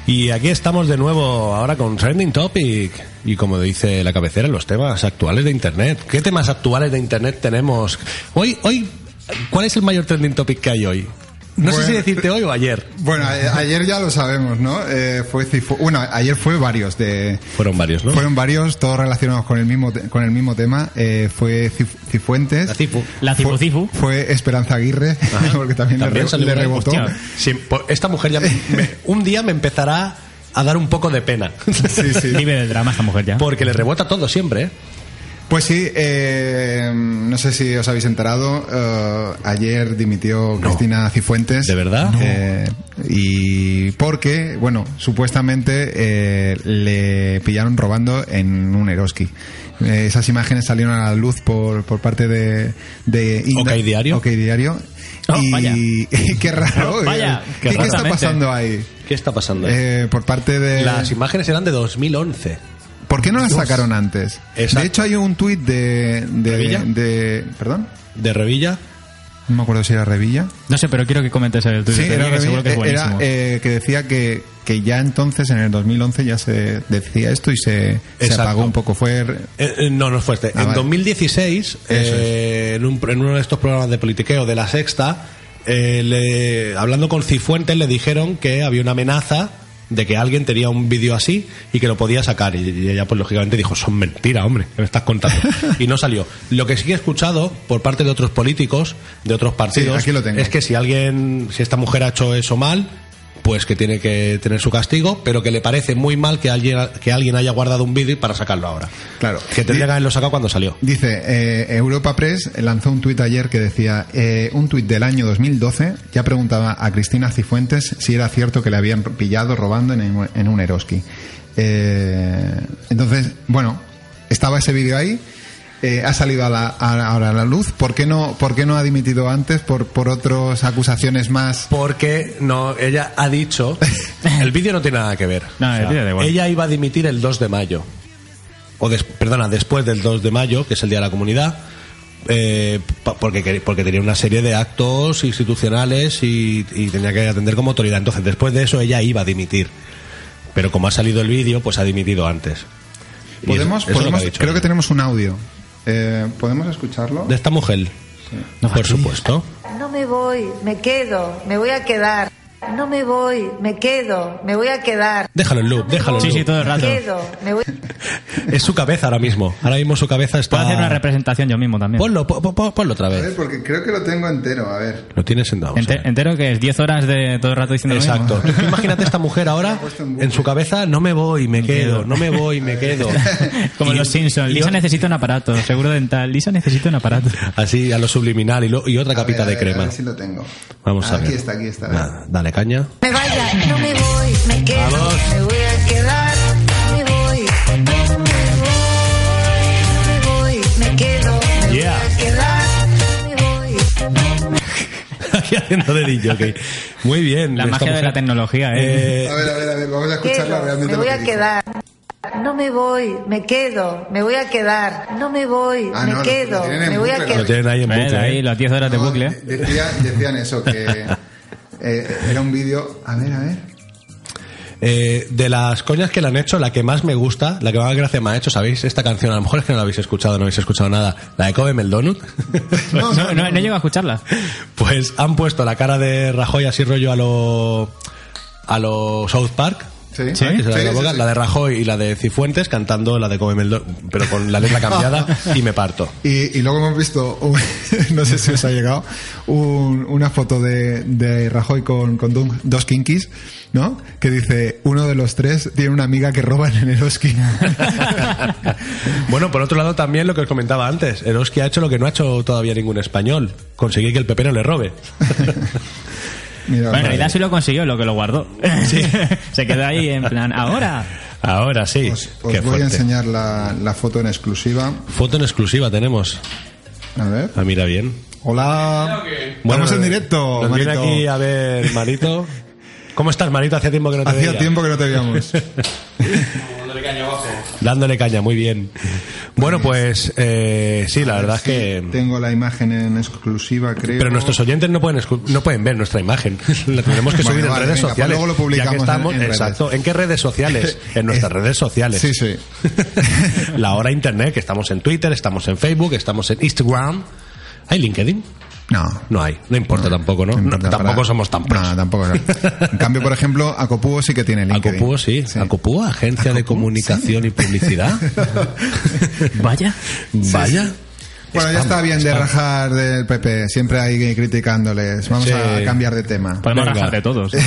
[SPEAKER 2] Y aquí estamos de nuevo ahora con Trending Topic. Y como dice la cabecera, los temas actuales de Internet. ¿Qué temas actuales de Internet tenemos? Hoy, hoy, ¿cuál es el mayor Trending Topic que hay hoy? No sé
[SPEAKER 4] Bueno,
[SPEAKER 2] si decirte hoy o ayer.
[SPEAKER 4] Bueno, a- ayer ya lo sabemos, ¿no? Eh, fue cifo- Bueno, ayer fue varios de...
[SPEAKER 2] Fueron varios, ¿no?
[SPEAKER 4] Fueron varios, todos relacionados con el mismo, te- con el mismo tema. Eh, fue Cif- Cifuentes.
[SPEAKER 2] La Cifu.
[SPEAKER 3] La
[SPEAKER 4] Fue-
[SPEAKER 3] Cifucifu.
[SPEAKER 4] Fue Esperanza Aguirre, porque también, le
[SPEAKER 2] También
[SPEAKER 4] re-
[SPEAKER 2] salió
[SPEAKER 4] le,
[SPEAKER 2] por ahí.
[SPEAKER 4] rebotó.
[SPEAKER 2] Hostia, sí, por- esta mujer ya me- me- un día me empezará a dar un poco de pena.
[SPEAKER 4] Sí, sí.
[SPEAKER 3] Vive del drama esta mujer ya.
[SPEAKER 2] Porque le rebota todo siempre, ¿eh?
[SPEAKER 4] Pues sí, eh, no sé si os habéis enterado, eh, ayer dimitió Cristina Cifuentes.
[SPEAKER 2] ¿De verdad? No.
[SPEAKER 4] Eh, y porque, bueno, supuestamente eh, le pillaron robando en un Eroski. Eh, esas imágenes salieron a la luz por, por parte de, de Inda-
[SPEAKER 2] OK Diario.
[SPEAKER 4] OK Diario.
[SPEAKER 3] Oh,
[SPEAKER 4] y
[SPEAKER 3] vaya.
[SPEAKER 4] qué raro.
[SPEAKER 3] Oh, vaya.
[SPEAKER 4] ¿Qué, qué está
[SPEAKER 3] Exactamente.
[SPEAKER 4] pasando ahí?
[SPEAKER 2] ¿Qué está pasando? ahí?
[SPEAKER 4] Eh, por parte de...
[SPEAKER 2] Las imágenes eran de 2011.
[SPEAKER 4] ¿Por qué no las sacaron antes?
[SPEAKER 2] Exacto.
[SPEAKER 4] De hecho, hay un tuit de, de,
[SPEAKER 2] ¿Revilla?
[SPEAKER 4] de- ¿Perdón?
[SPEAKER 2] De Revilla.
[SPEAKER 4] No me acuerdo si era Revilla.
[SPEAKER 3] No sé, pero quiero que comentes el tuyo.
[SPEAKER 4] Sí, era
[SPEAKER 3] que
[SPEAKER 4] Revilla.
[SPEAKER 3] seguro que es
[SPEAKER 4] eh, era,
[SPEAKER 3] buenísimo.
[SPEAKER 4] eh, que decía que, que ya entonces, en el 2011, ya se decía esto y se, se
[SPEAKER 2] Exacto.
[SPEAKER 4] apagó un poco. Fue...
[SPEAKER 2] Eh, eh, no, no fue este.
[SPEAKER 4] Ah,
[SPEAKER 2] en
[SPEAKER 4] vale.
[SPEAKER 2] 2016, eh, en, un- en uno de estos programas de politiqueo de la Sexta, eh, le- hablando con Cifuentes, le dijeron que había una amenaza de que alguien tenía un vídeo así y que lo podía sacar. Y, y ella, pues lógicamente, dijo: Son mentiras, hombre, que me estás contando. y no salió. Lo que sí que he escuchado por parte de otros políticos, de otros partidos,
[SPEAKER 4] Sí, aquí lo tengo.
[SPEAKER 2] es que si alguien, si esta mujer ha hecho eso mal, pues que tiene que tener su castigo, pero que le parece muy mal que alguien, que alguien haya guardado un vídeo para sacarlo ahora.
[SPEAKER 4] Claro.
[SPEAKER 2] Que tendría que haberlo sacado cuando salió.
[SPEAKER 4] Dice, eh, Europa Press lanzó un tuit ayer que decía, eh, un tuit del año 2012 ya preguntaba a Cristina Cifuentes si era cierto que le habían pillado robando en, un- en un Eroski. Eh, entonces, bueno, estaba ese vídeo ahí, eh, ha salido a la- a- ahora a la luz. ¿Por qué no, por qué no ha dimitido antes por, por otras acusaciones más?
[SPEAKER 2] Porque no, ella ha dicho. El vídeo no tiene nada que ver.
[SPEAKER 3] No, el vídeo da igual.
[SPEAKER 2] Ella iba a dimitir el 2 de mayo. O des- perdona, después del 2 de mayo, que es el Día de la Comunidad. eh, pa- porque, quer- porque tenía una serie de actos institucionales y, y tenía que atender como autoridad. Entonces, después de eso, ella iba a dimitir. Pero como ha salido el vídeo, pues ha dimitido antes. Y
[SPEAKER 4] Podemos,
[SPEAKER 2] eso- eso es lo
[SPEAKER 4] podemos
[SPEAKER 2] ha dicho
[SPEAKER 4] creo que
[SPEAKER 2] ella.
[SPEAKER 4] tenemos un audio. Eh, ¿Podemos escucharlo?
[SPEAKER 2] De esta mujer. Por supuesto.
[SPEAKER 9] No me voy, me quedo, me voy a quedar. No me voy, me quedo, me voy a quedar.
[SPEAKER 2] Déjalo en loop, déjalo en
[SPEAKER 3] Sí,
[SPEAKER 2] loop.
[SPEAKER 3] sí, todo el
[SPEAKER 9] Me
[SPEAKER 3] rato.
[SPEAKER 9] quedo, me voy.
[SPEAKER 2] Es su cabeza ahora mismo. Ahora mismo su cabeza está.
[SPEAKER 3] Puedo hacer una representación yo mismo también.
[SPEAKER 2] Ponlo, po- po- po- ponlo otra
[SPEAKER 4] A
[SPEAKER 2] vez.
[SPEAKER 4] ver, porque creo que lo tengo entero, a ver.
[SPEAKER 2] Lo tienes en vamos a
[SPEAKER 3] Ente-
[SPEAKER 2] ver.
[SPEAKER 3] entero que es 10 horas de todo el rato diciendo lo mismo.
[SPEAKER 2] Exacto. Tú Imagínate esta mujer ahora en su cabeza, no me voy, me quedo,
[SPEAKER 3] quedo.
[SPEAKER 2] no me voy, me quedo.
[SPEAKER 3] Como
[SPEAKER 2] Y-
[SPEAKER 3] los Simpsons.
[SPEAKER 2] y
[SPEAKER 3] Lisa
[SPEAKER 2] o-
[SPEAKER 3] necesita un aparato. Seguro dental. Lisa necesita un aparato.
[SPEAKER 2] Así a lo subliminal y, lo- y otra
[SPEAKER 4] A ver,
[SPEAKER 2] capita
[SPEAKER 4] a ver,
[SPEAKER 2] de crema.
[SPEAKER 4] A ver si lo tengo. Ah,
[SPEAKER 2] Vamos a ver.
[SPEAKER 4] Aquí está, aquí está. a ver.
[SPEAKER 2] Nada, dale caña.
[SPEAKER 9] Me vaya, no me voy, me quedo,
[SPEAKER 2] Vamos.
[SPEAKER 9] me voy a quedar. Me voy, no me voy, me voy, me quedo, me
[SPEAKER 2] Yeah.
[SPEAKER 9] voy a quedar. Me voy.
[SPEAKER 2] Aquí haciendo dedillo, ok. Muy bien.
[SPEAKER 3] La
[SPEAKER 2] esta
[SPEAKER 3] magia de
[SPEAKER 2] mujer.
[SPEAKER 3] la tecnología, ¿eh?
[SPEAKER 2] Eh,
[SPEAKER 4] A ver, a ver, a ver, vamos a escucharla
[SPEAKER 9] Quedo,
[SPEAKER 4] realmente.
[SPEAKER 9] me
[SPEAKER 4] lo
[SPEAKER 9] voy
[SPEAKER 4] que
[SPEAKER 9] a
[SPEAKER 4] dice.
[SPEAKER 9] quedar. No me voy, me quedo, me voy a quedar. No me voy,
[SPEAKER 4] Ah, no,
[SPEAKER 9] me
[SPEAKER 4] lo-
[SPEAKER 9] quedo,
[SPEAKER 4] lo tienen en
[SPEAKER 9] me voy a
[SPEAKER 4] bucle, lo
[SPEAKER 2] lo
[SPEAKER 9] quedar.
[SPEAKER 2] tienen ahí en
[SPEAKER 3] Ven,
[SPEAKER 2] bucle.
[SPEAKER 3] ahí,
[SPEAKER 2] eh.
[SPEAKER 3] las 10 horas de
[SPEAKER 4] No,
[SPEAKER 3] bucle.
[SPEAKER 4] de- decía- decían eso, que eh, era un vídeo. A ver, a ver.
[SPEAKER 2] Eh, de las coñas que le han hecho, la que más me gusta, la que más gracia me ha hecho, ¿sabéis? Esta canción, a lo mejor es que no la habéis escuchado, no habéis escuchado nada. La de Cómeme el Donut.
[SPEAKER 3] Pues No, no, no llego a escucharla.
[SPEAKER 2] pues han puesto la cara de Rajoy así rollo a lo. a los South Park.
[SPEAKER 4] Sí.
[SPEAKER 2] ¿sabes?
[SPEAKER 4] Sí.
[SPEAKER 2] Ah, Que se la,
[SPEAKER 4] Sí,
[SPEAKER 2] abogan,
[SPEAKER 4] sí, sí.
[SPEAKER 2] la de Rajoy y la de Cifuentes cantando la de Cómeme el do- pero con la letra cambiada y me parto.
[SPEAKER 4] Y, y luego hemos visto, un- no sé si os ha llegado, un- una foto de, de Rajoy con, con dun- dos kinkis, ¿no? Que dice, uno de los tres tiene una amiga que roba en el Eroski.
[SPEAKER 2] Bueno, por otro lado también lo que os comentaba antes, Eroski ha hecho lo que no ha hecho todavía ningún español, conseguir que el PP no le robe.
[SPEAKER 4] Mira,
[SPEAKER 3] Bueno, en
[SPEAKER 4] vale.
[SPEAKER 3] realidad sí lo consiguió, lo que lo guardó. Se quedó ahí en plan, ahora.
[SPEAKER 2] Ahora sí,
[SPEAKER 4] Os, os
[SPEAKER 2] qué
[SPEAKER 4] voy
[SPEAKER 2] fuerte.
[SPEAKER 4] a enseñar la, la foto en exclusiva.
[SPEAKER 2] Foto en exclusiva tenemos.
[SPEAKER 4] A ver.
[SPEAKER 2] Ah, mira bien.
[SPEAKER 4] Hola.
[SPEAKER 2] Bueno,
[SPEAKER 4] Vamos en directo,
[SPEAKER 2] Nos viene
[SPEAKER 4] Marito.
[SPEAKER 2] aquí a ver Marito. ¿Cómo estás, Marito? Hacía tiempo que no te
[SPEAKER 4] Hacía
[SPEAKER 2] veía.
[SPEAKER 4] tiempo que no te veíamos.
[SPEAKER 2] Dándole caña, muy bien. Bueno, pues eh, sí, la verdad es que...
[SPEAKER 4] Tengo la imagen en exclusiva, creo.
[SPEAKER 2] Pero nuestros oyentes no pueden escu- no pueden ver nuestra imagen. La tenemos que
[SPEAKER 4] Vale,
[SPEAKER 2] subir en
[SPEAKER 4] vale,
[SPEAKER 2] redes
[SPEAKER 4] venga, pues
[SPEAKER 2] sociales.
[SPEAKER 4] luego lo
[SPEAKER 2] ya
[SPEAKER 4] publicamos
[SPEAKER 2] que estamos,
[SPEAKER 4] en- en redes.
[SPEAKER 2] exacto. ¿En qué redes sociales? En nuestras
[SPEAKER 4] Es-
[SPEAKER 2] redes sociales.
[SPEAKER 4] Sí, sí.
[SPEAKER 2] La hora internet, que estamos en Twitter, estamos en Facebook, estamos en Instagram. ¿Hay LinkedIn?
[SPEAKER 4] No.
[SPEAKER 2] No hay. No importa tampoco, ¿no?
[SPEAKER 4] importa
[SPEAKER 2] No, tampoco
[SPEAKER 4] para-
[SPEAKER 2] somos tan pros.
[SPEAKER 4] No, tampoco. no. En cambio, por ejemplo, Acopúo sí que tiene LinkedIn.
[SPEAKER 2] Acopúo, sí. Acopúo, Agencia de Comunicación y Publicidad.
[SPEAKER 3] Vaya.
[SPEAKER 2] Vaya.
[SPEAKER 4] Bueno, ya
[SPEAKER 2] Spam,
[SPEAKER 4] está bien de
[SPEAKER 2] spam.
[SPEAKER 4] rajar del PP. Siempre hay que ir criticándoles. Vamos
[SPEAKER 2] Sí.
[SPEAKER 4] a cambiar de tema.
[SPEAKER 3] Podemos
[SPEAKER 2] Venga.
[SPEAKER 3] rajar de todos. ¿no?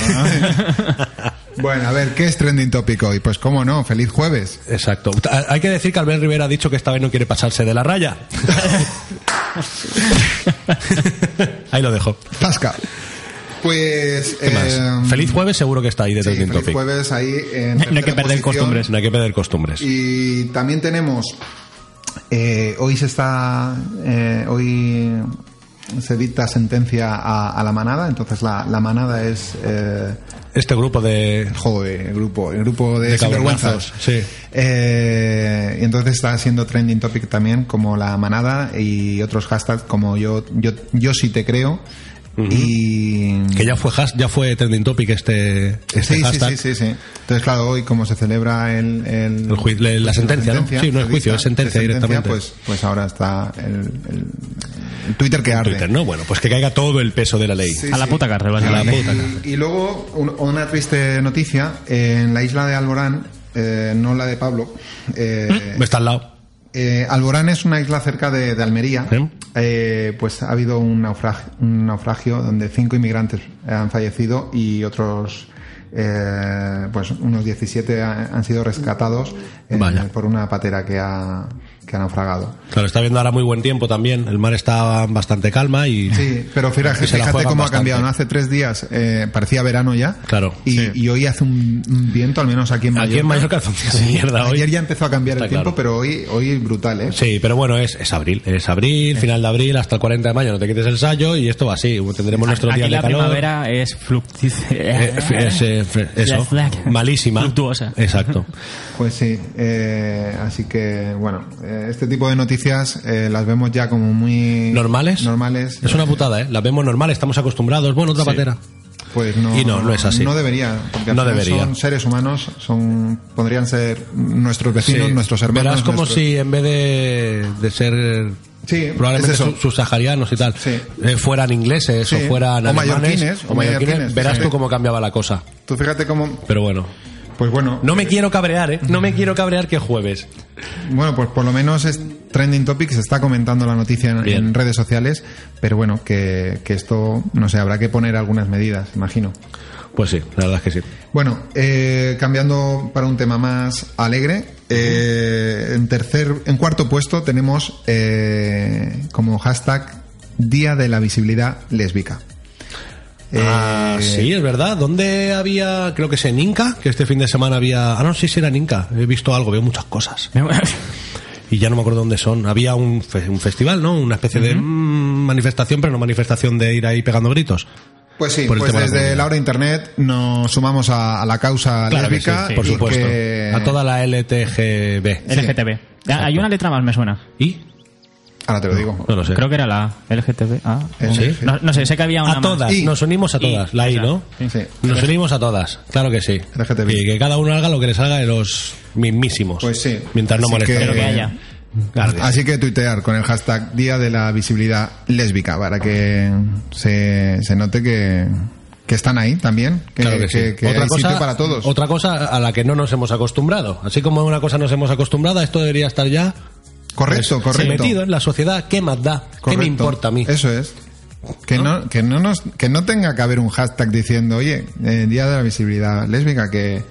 [SPEAKER 4] Bueno, a ver, ¿qué es trending topic hoy? Pues cómo no, feliz jueves.
[SPEAKER 2] Exacto. Ta- Hay que decir que Albert Rivera ha dicho que esta vez no quiere pasarse de la raya. Ahí lo dejo.
[SPEAKER 4] Tasca. Pues...
[SPEAKER 2] ¿Qué más?
[SPEAKER 4] eh,
[SPEAKER 2] feliz jueves seguro que está ahí de
[SPEAKER 4] sí,
[SPEAKER 2] Trending
[SPEAKER 4] feliz
[SPEAKER 2] Topic.
[SPEAKER 4] jueves ahí
[SPEAKER 3] No hay
[SPEAKER 4] en
[SPEAKER 3] que
[SPEAKER 4] tercera
[SPEAKER 3] perder
[SPEAKER 4] posición.
[SPEAKER 3] costumbres.
[SPEAKER 2] No hay que perder costumbres.
[SPEAKER 4] Y también tenemos. eh, hoy se está. eh, hoy se dicta sentencia a, a la manada. Entonces la, la manada es. eh,
[SPEAKER 2] Este grupo de...
[SPEAKER 4] joder, el grupo, el grupo de,
[SPEAKER 2] De
[SPEAKER 4] sinvergüenzas.
[SPEAKER 2] cabronazos, sí.
[SPEAKER 4] Eh, y entonces está siendo trending topic también, como la manada y otros hashtags como yo, yo, yo sí te creo. Y.
[SPEAKER 2] Que ya fue, has- ya fue Trending Topic este, este
[SPEAKER 4] Sí, sí,
[SPEAKER 2] hashtag.
[SPEAKER 4] sí, sí, sí. Entonces, claro, hoy como se celebra el, el-
[SPEAKER 2] El juicio- la- la sentencia, ¿no? Sí, no es
[SPEAKER 4] se
[SPEAKER 2] juicio,
[SPEAKER 4] dicta-
[SPEAKER 2] es sentencia directamente.
[SPEAKER 4] Pues, pues ahora está el, el- el Twitter que arde.
[SPEAKER 2] Twitter, ¿no? Bueno, pues que caiga todo el peso de la ley.
[SPEAKER 4] Sí,
[SPEAKER 3] A la
[SPEAKER 4] sí.
[SPEAKER 3] puta cárcel,
[SPEAKER 2] A la
[SPEAKER 3] básicamente.
[SPEAKER 2] puta cárcel.
[SPEAKER 4] Y, y luego un- una triste noticia en la isla de Alborán, eh, no la de Pablo. eh,
[SPEAKER 2] Está al lado.
[SPEAKER 4] eh, Alborán es una isla cerca de, de Almería.
[SPEAKER 2] Sí.
[SPEAKER 4] Eh, pues ha habido un naufragio, un naufragio donde cinco inmigrantes han fallecido y otros, eh, pues unos 17 ha- han sido rescatados eh,
[SPEAKER 2] Vaya.
[SPEAKER 4] por una patera que ha, que ha naufragado.
[SPEAKER 2] Claro, está viendo ahora muy buen tiempo también. El mar está en bastante calma y...
[SPEAKER 4] Sí, pero fíjate,
[SPEAKER 2] Se la
[SPEAKER 4] fíjate
[SPEAKER 2] juegan
[SPEAKER 4] cómo ha
[SPEAKER 2] bastante.
[SPEAKER 4] cambiado. ¿no? Hace tres días eh, parecía verano ya.
[SPEAKER 2] Claro.
[SPEAKER 4] Y,
[SPEAKER 2] Sí.
[SPEAKER 4] y hoy hace un, un viento, al menos aquí en Mallorca.
[SPEAKER 2] Aquí en Mallorca hace un día de mierda hoy.
[SPEAKER 4] Ayer ya empezó a cambiar
[SPEAKER 2] Está
[SPEAKER 4] el tiempo,
[SPEAKER 2] claro.
[SPEAKER 4] pero hoy, hoy brutal, ¿eh?
[SPEAKER 2] Sí, pero bueno, es, es abril, es abril, final de abril, hasta el 40 de mayo, no te quites el sayo y esto va así, tendremos nuestro
[SPEAKER 3] Aquí
[SPEAKER 2] día de
[SPEAKER 3] la
[SPEAKER 2] calor.
[SPEAKER 3] primavera es
[SPEAKER 2] Eh, f- es, eh, f- eso, malísima.
[SPEAKER 3] Fructuosa.
[SPEAKER 2] Exacto.
[SPEAKER 4] Pues sí, eh, así que bueno, eh, este tipo de noticias eh, las vemos ya como muy
[SPEAKER 2] ¿Normales?
[SPEAKER 4] Normales.
[SPEAKER 2] Es una putada, ¿eh? Las vemos normal, estamos acostumbrados. Bueno, otra patera.
[SPEAKER 4] Pues no,
[SPEAKER 2] Y no, no es así.
[SPEAKER 4] No debería. porque al
[SPEAKER 2] No
[SPEAKER 4] final
[SPEAKER 2] debería.
[SPEAKER 4] Son seres humanos, son podrían ser nuestros vecinos,
[SPEAKER 2] Sí.
[SPEAKER 4] nuestros hermanos.
[SPEAKER 2] Verás como
[SPEAKER 4] nuestros-
[SPEAKER 2] si en vez de, de ser...
[SPEAKER 4] Sí,
[SPEAKER 2] probablemente
[SPEAKER 4] es eso.
[SPEAKER 2] sub- subsaharianos y tal,
[SPEAKER 4] Sí.
[SPEAKER 2] eh, fueran ingleses
[SPEAKER 4] Sí.
[SPEAKER 2] o fueran
[SPEAKER 4] O
[SPEAKER 2] alemanes
[SPEAKER 4] mallorquines,
[SPEAKER 2] o mallorquines,
[SPEAKER 4] mallorquines,
[SPEAKER 2] verás
[SPEAKER 4] sí.
[SPEAKER 2] tú cómo cambiaba la cosa.
[SPEAKER 4] Tú fíjate cómo.
[SPEAKER 2] Pero bueno,
[SPEAKER 4] Pues bueno.
[SPEAKER 2] no me quiero cabrear, ¿eh? No me quiero cabrear que jueves.
[SPEAKER 4] Bueno, pues por lo menos es trending topic, se está comentando la noticia en,
[SPEAKER 2] Bien.
[SPEAKER 4] en redes sociales, pero bueno, que, que esto, no sé, habrá que poner algunas medidas, imagino.
[SPEAKER 2] Pues sí, la verdad es que sí.
[SPEAKER 4] Bueno, eh, cambiando para un tema más alegre, eh, en tercer, en cuarto puesto tenemos eh, como hashtag Día de la Visibilidad Lésbica. Eh,
[SPEAKER 2] Ah, sí, es verdad. ¿Dónde había? Creo que es en Inca, que este fin de semana había. Ah, no, sí, sí, era en Inca. He visto algo, veo muchas cosas. Y ya no me acuerdo dónde son. Había un, fe- un festival, ¿no? Una especie de mm, manifestación, pero no manifestación de ir ahí pegando gritos.
[SPEAKER 4] Pues sí,
[SPEAKER 2] Por el
[SPEAKER 4] pues
[SPEAKER 2] tema de la
[SPEAKER 4] desde
[SPEAKER 2] comunidad.
[SPEAKER 4] la hora de internet nos sumamos a, a la causa
[SPEAKER 2] Claro que sí,
[SPEAKER 4] lésbica.
[SPEAKER 2] por
[SPEAKER 4] y
[SPEAKER 2] supuesto.
[SPEAKER 4] que-
[SPEAKER 2] A toda la LTGB.
[SPEAKER 3] LGTB. Ah, Hay una letra más, me suena.
[SPEAKER 2] ¿Y?
[SPEAKER 4] Ahora te lo digo.
[SPEAKER 2] No lo sé.
[SPEAKER 3] Creo que era la A. LGTB. Ah,
[SPEAKER 4] Eh,
[SPEAKER 2] ¿Sí?
[SPEAKER 3] no, no sé, sé que había una
[SPEAKER 2] A
[SPEAKER 3] más.
[SPEAKER 2] todas,
[SPEAKER 4] Y-
[SPEAKER 2] nos unimos a todas.
[SPEAKER 3] y-
[SPEAKER 2] la I,
[SPEAKER 3] esa.
[SPEAKER 2] ¿no?
[SPEAKER 4] Sí.
[SPEAKER 2] Nos unimos a todas, claro que sí.
[SPEAKER 4] LGTB.
[SPEAKER 2] Y que cada uno haga lo que les haga de los mismísimos.
[SPEAKER 4] Pues sí.
[SPEAKER 2] Mientras no
[SPEAKER 4] Así
[SPEAKER 2] molesten.
[SPEAKER 4] que-
[SPEAKER 3] Pero que
[SPEAKER 2] Eh,
[SPEAKER 3] haya.
[SPEAKER 2] Claro que sí.
[SPEAKER 4] Así que tuitear con el hashtag Día de la Visibilidad Lésbica para que se, se note que, que están ahí también, que,
[SPEAKER 2] Claro que sí.
[SPEAKER 4] que- que hay sitio para todos.
[SPEAKER 2] Otra cosa a la que no nos hemos acostumbrado. Así como a una cosa nos hemos acostumbrado, esto debería estar ya
[SPEAKER 4] correcto,
[SPEAKER 2] pues,
[SPEAKER 4] correcto.
[SPEAKER 2] metido en la sociedad. ¿Qué más da? ¿Qué
[SPEAKER 4] Correcto.
[SPEAKER 2] me importa a mí?
[SPEAKER 4] Eso es. Que no, que no nos, que no tenga que haber un hashtag diciendo, oye, eh, Día de la Visibilidad Lésbica, que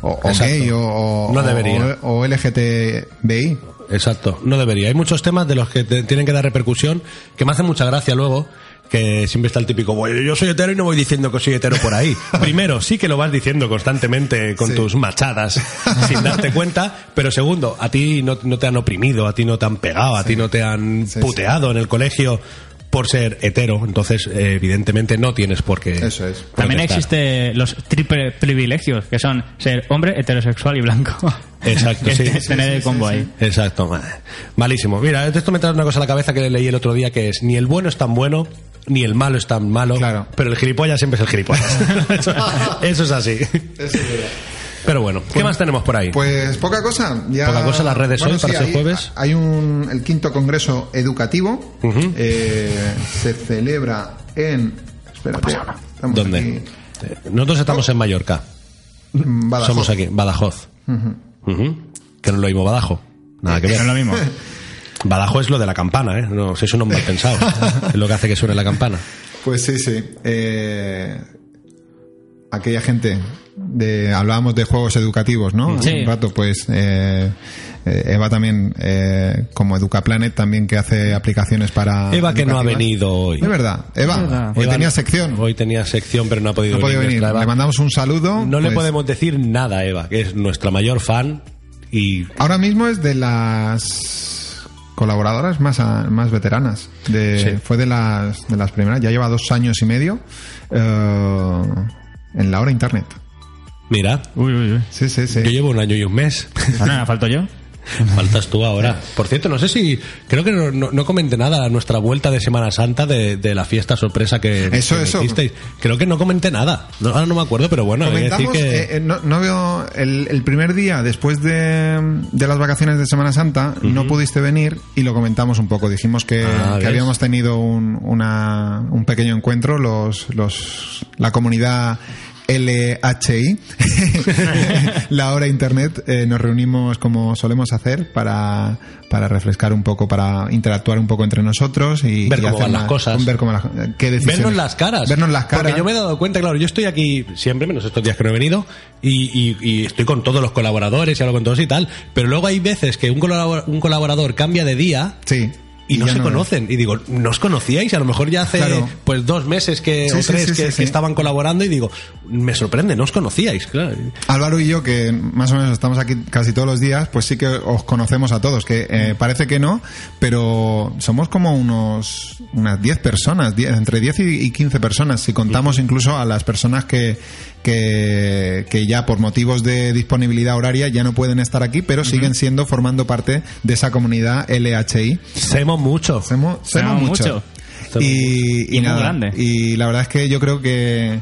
[SPEAKER 4] o, o
[SPEAKER 2] Exacto.
[SPEAKER 4] gay o, o-
[SPEAKER 2] No debería.
[SPEAKER 4] o, o LGTBI.
[SPEAKER 2] Exacto, no debería. Hay muchos temas de los que te- tienen que dar repercusión, que me hace mucha gracia luego, que siempre está el típico, "Bueno, yo soy hetero y no voy diciendo que soy hetero por ahí. Primero, sí que lo vas diciendo constantemente con
[SPEAKER 4] Sí.
[SPEAKER 2] tus machadas sin darte cuenta, pero segundo, a ti no, no te han oprimido, a ti no te han pegado, a ti no te han
[SPEAKER 4] Sí, sí.
[SPEAKER 2] puteado en el colegio por ser hetero, entonces eh, evidentemente no tienes por qué.
[SPEAKER 4] Eso es.
[SPEAKER 2] protestar.
[SPEAKER 3] También existe los triple privilegios, que son ser hombre, heterosexual y blanco.
[SPEAKER 2] Exacto,
[SPEAKER 3] Que
[SPEAKER 2] sí,
[SPEAKER 3] es
[SPEAKER 2] sí,
[SPEAKER 3] Este tener el combo ahí.
[SPEAKER 2] Exacto, ma- malísimo. Mira, de esto me trae una cosa a la cabeza que leí el otro día que es ni el bueno es tan bueno, ni el malo es tan malo,
[SPEAKER 4] Claro.
[SPEAKER 2] pero el gilipollas siempre es el gilipollas. eso, eso es así. Pero bueno, ¿qué más tenemos por ahí?
[SPEAKER 4] Pues poca cosa. Ya,
[SPEAKER 2] Poca cosa, las redes hoy para ser
[SPEAKER 4] hay-
[SPEAKER 2] jueves.
[SPEAKER 4] Hay un, el quinto congreso educativo.
[SPEAKER 2] Ujú.
[SPEAKER 4] eh, se celebra en. Espérate. estamos
[SPEAKER 2] ¿Dónde?
[SPEAKER 4] aquí.
[SPEAKER 2] Eh, Nosotros estamos en Mallorca.
[SPEAKER 4] Mm, Badajoz.
[SPEAKER 2] Somos aquí, Badajoz. Ujú. Que no es lo mismo Badajo. Nada que ver.
[SPEAKER 3] No es lo mismo.
[SPEAKER 2] Badajo es lo de la campana, ¿eh? No, sois unos mal pensados. es lo que hace que suene la campana.
[SPEAKER 4] Pues sí, sí. Eh, aquella gente de hablábamos de juegos educativos, ¿no?
[SPEAKER 3] Sí.
[SPEAKER 4] Hace un rato, pues eh, eh, Eva también, eh, como EducaPlanet, también que hace aplicaciones para
[SPEAKER 2] Eva que no ha
[SPEAKER 4] educativas.
[SPEAKER 2] venido hoy.
[SPEAKER 4] De verdad, Eva,
[SPEAKER 3] verdad.
[SPEAKER 4] hoy
[SPEAKER 2] Eva
[SPEAKER 4] tenía sección.
[SPEAKER 2] Hoy tenía sección, pero no ha podido
[SPEAKER 4] no podía venir.
[SPEAKER 2] nuestra Eva.
[SPEAKER 4] Le mandamos un saludo.
[SPEAKER 2] No le
[SPEAKER 4] pues,
[SPEAKER 2] podemos decir nada a Eva, que es nuestra mayor fan y
[SPEAKER 4] Ahora mismo es de las colaboradoras más, a- más veteranas. De,
[SPEAKER 2] Sí.
[SPEAKER 4] Fue de las, de las primeras. Ya lleva dos años y medio eh, en la hora internet.
[SPEAKER 2] mira,
[SPEAKER 3] Uy, uy, uy.
[SPEAKER 4] Sí, sí, sí.
[SPEAKER 2] yo llevo un año y un mes.
[SPEAKER 3] Bueno, ¿me falto yo?
[SPEAKER 2] Faltas tú ahora. Por cierto, no sé si creo que no, no- no comenté nada a nuestra vuelta de Semana Santa de, de la fiesta sorpresa que,
[SPEAKER 4] Eso,
[SPEAKER 2] que me
[SPEAKER 4] eso.
[SPEAKER 2] hicisteis. Creo que no comenté nada. No, ahora no me acuerdo, pero bueno, hay que decir
[SPEAKER 4] Comentamos,
[SPEAKER 2] que
[SPEAKER 4] eh, eh, no, no veo el, el primer día después de, de las vacaciones de Semana Santa, no pudiste venir y lo comentamos un poco. Dijimos que,
[SPEAKER 2] Ah,
[SPEAKER 4] que
[SPEAKER 2] ¿ves?
[SPEAKER 4] habíamos tenido un, una- un pequeño encuentro, los, los, la comunidad LHI, la hora internet, eh, nos reunimos como solemos hacer para, para refrescar un poco, para interactuar un poco entre nosotros y
[SPEAKER 2] Ver
[SPEAKER 4] y
[SPEAKER 2] cómo
[SPEAKER 4] hacer
[SPEAKER 2] van las
[SPEAKER 4] una-
[SPEAKER 2] cosas.
[SPEAKER 4] ver cómo las- qué decisiones-
[SPEAKER 2] Vernos las caras.
[SPEAKER 4] Vernos las caras.
[SPEAKER 2] Porque yo me he dado cuenta, claro, yo estoy aquí siempre, menos estos días que no he venido, y, y- y estoy con todos los colaboradores y hablo con todos y tal, pero luego hay veces que un colabor- un colaborador cambia de día
[SPEAKER 4] Sí.
[SPEAKER 2] y no
[SPEAKER 4] ya
[SPEAKER 2] se
[SPEAKER 4] ves.
[SPEAKER 2] conocen. Y digo, ¿no os conocíais? A lo mejor ya hace
[SPEAKER 4] Claro.
[SPEAKER 2] pues dos meses que,
[SPEAKER 4] Sí,
[SPEAKER 2] o
[SPEAKER 4] sí,
[SPEAKER 2] tres
[SPEAKER 4] sí,
[SPEAKER 2] que,
[SPEAKER 4] sí,
[SPEAKER 2] que
[SPEAKER 4] sí.
[SPEAKER 2] estaban colaborando y digo, me sorprende, no os conocíais, claro.
[SPEAKER 4] Álvaro y yo, que más o menos estamos aquí casi todos los días, pues sí que os conocemos a todos, que eh, parece que no, pero somos como unos unas 10 personas, 10 entre 10 y y 15 personas, si contamos incluso a las personas que, que, que ya por motivos de disponibilidad horaria ya no pueden estar aquí, pero siguen siendo, formando parte de esa comunidad LHI.
[SPEAKER 2] Semos mucho.
[SPEAKER 4] Semos, semos
[SPEAKER 3] Semos
[SPEAKER 4] mucho.
[SPEAKER 3] mucho.
[SPEAKER 2] Semos
[SPEAKER 4] Y, y
[SPEAKER 3] Y muy
[SPEAKER 4] nada,
[SPEAKER 3] grande.
[SPEAKER 4] y la verdad es que yo creo que,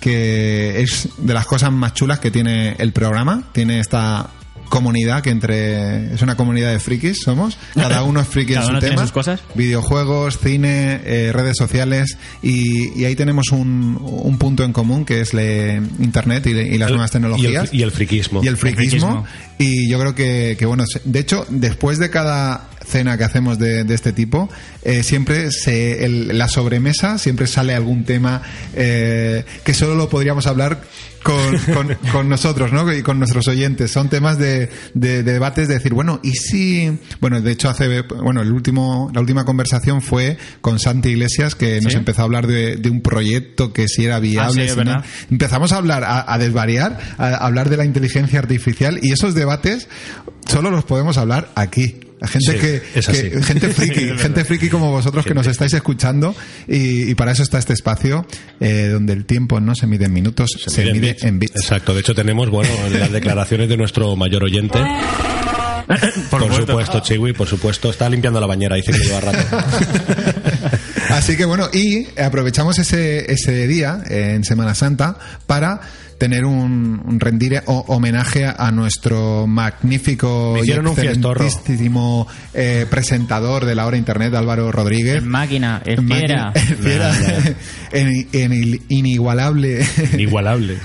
[SPEAKER 4] que es de las cosas más chulas que tiene el programa. Tiene esta comunidad que entre es una comunidad de frikis somos cada uno es friki
[SPEAKER 3] Cada
[SPEAKER 4] en su
[SPEAKER 3] uno tiene
[SPEAKER 4] tema
[SPEAKER 3] sus cosas.
[SPEAKER 4] videojuegos cine eh, redes sociales y, y ahí tenemos un, un punto en común que es le- internet y, le- y las
[SPEAKER 2] El-
[SPEAKER 4] nuevas
[SPEAKER 2] Y el,
[SPEAKER 4] tecnologías
[SPEAKER 2] fri- y el friquismo.
[SPEAKER 4] y el friquismo.
[SPEAKER 3] friquismo.
[SPEAKER 4] Y yo creo que, que, bueno, se- de hecho, después de cada cena que hacemos de, de este tipo, eh, siempre se, el- la sobremesa, siempre sale algún tema eh, que solo lo podríamos hablar con, con- con nosotros, ¿no? Y con nuestros oyentes. Son temas de, de- de debates de decir, bueno, ¿y si...? Bueno, de hecho, hace... Bueno, el último, la última conversación fue con Santi Iglesias, que nos
[SPEAKER 3] Sí. Ah,
[SPEAKER 4] empezó a hablar de, de un proyecto que si era viable,
[SPEAKER 3] sí, es
[SPEAKER 4] si no.
[SPEAKER 3] verdad.
[SPEAKER 4] Empezamos a hablar, a, a desvariar, a, a hablar de la inteligencia artificial y esos debates solo los podemos hablar aquí. La Gente
[SPEAKER 2] Sí,
[SPEAKER 4] que,
[SPEAKER 2] es así.
[SPEAKER 4] que- gente friki, gente friki como vosotros que nos estáis escuchando y, y para eso está este espacio eh, donde el tiempo no se mide en minutos, se, mide en bits.
[SPEAKER 2] Exacto, de hecho tenemos, bueno, las declaraciones de nuestro mayor oyente, Por, supuesto, Chiwi, por supuesto. Está limpiando la bañera, dice que lleva rato.
[SPEAKER 4] Así que bueno, y aprovechamos ese, ese día eh, en Semana Santa para tener un, un rendir o- homenaje a nuestro magnífico
[SPEAKER 2] Me
[SPEAKER 4] y
[SPEAKER 2] hicieron un fiestorro.
[SPEAKER 4] excelentísimo eh, presentador de la hora internet, Álvaro Rodríguez.
[SPEAKER 3] En máquina, en fiera.
[SPEAKER 4] En fiera. En- en il- inigualable
[SPEAKER 2] Igualable.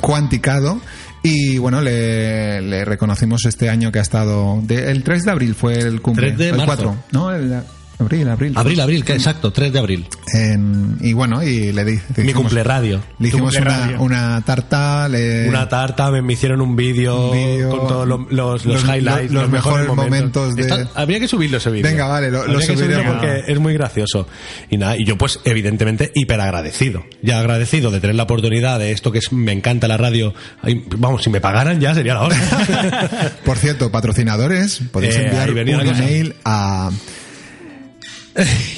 [SPEAKER 4] cuanticado. Y bueno, le, le reconocimos este año que ha estado. de- el 3 de abril fue el cumple.
[SPEAKER 2] 3 de
[SPEAKER 4] el
[SPEAKER 2] marzo.
[SPEAKER 4] 4. No, el abril, abril.
[SPEAKER 2] Abril, abril, que exacto, 3 de abril.
[SPEAKER 4] En- y bueno, y le, di- le
[SPEAKER 2] Mi
[SPEAKER 4] hicimos-
[SPEAKER 2] cumple radio.
[SPEAKER 4] Le hicimos
[SPEAKER 3] cumple
[SPEAKER 4] una,
[SPEAKER 3] radio.
[SPEAKER 4] una tarta. Le,
[SPEAKER 2] Una tarta, me, me hicieron un vídeo
[SPEAKER 4] Vídeo.
[SPEAKER 2] con todos lo- los, los,
[SPEAKER 4] Los-
[SPEAKER 2] highlights,
[SPEAKER 4] los mejores momentos de-
[SPEAKER 2] Está- habría que subirlo ese vídeo.
[SPEAKER 4] Venga, vale, lo- lo
[SPEAKER 2] Habría que subirlo
[SPEAKER 4] subiremos.
[SPEAKER 2] porque es muy gracioso. Y nada, y yo pues evidentemente hiper agradecido. Ya agradecido de tener la oportunidad de esto que es- me encanta la radio. Ay, vamos, si me pagaran ya sería la hora.
[SPEAKER 4] Por cierto, patrocinadores, podéis
[SPEAKER 2] Eh,
[SPEAKER 4] enviar
[SPEAKER 2] ahí
[SPEAKER 4] un
[SPEAKER 2] venía la cosa.
[SPEAKER 4] email a.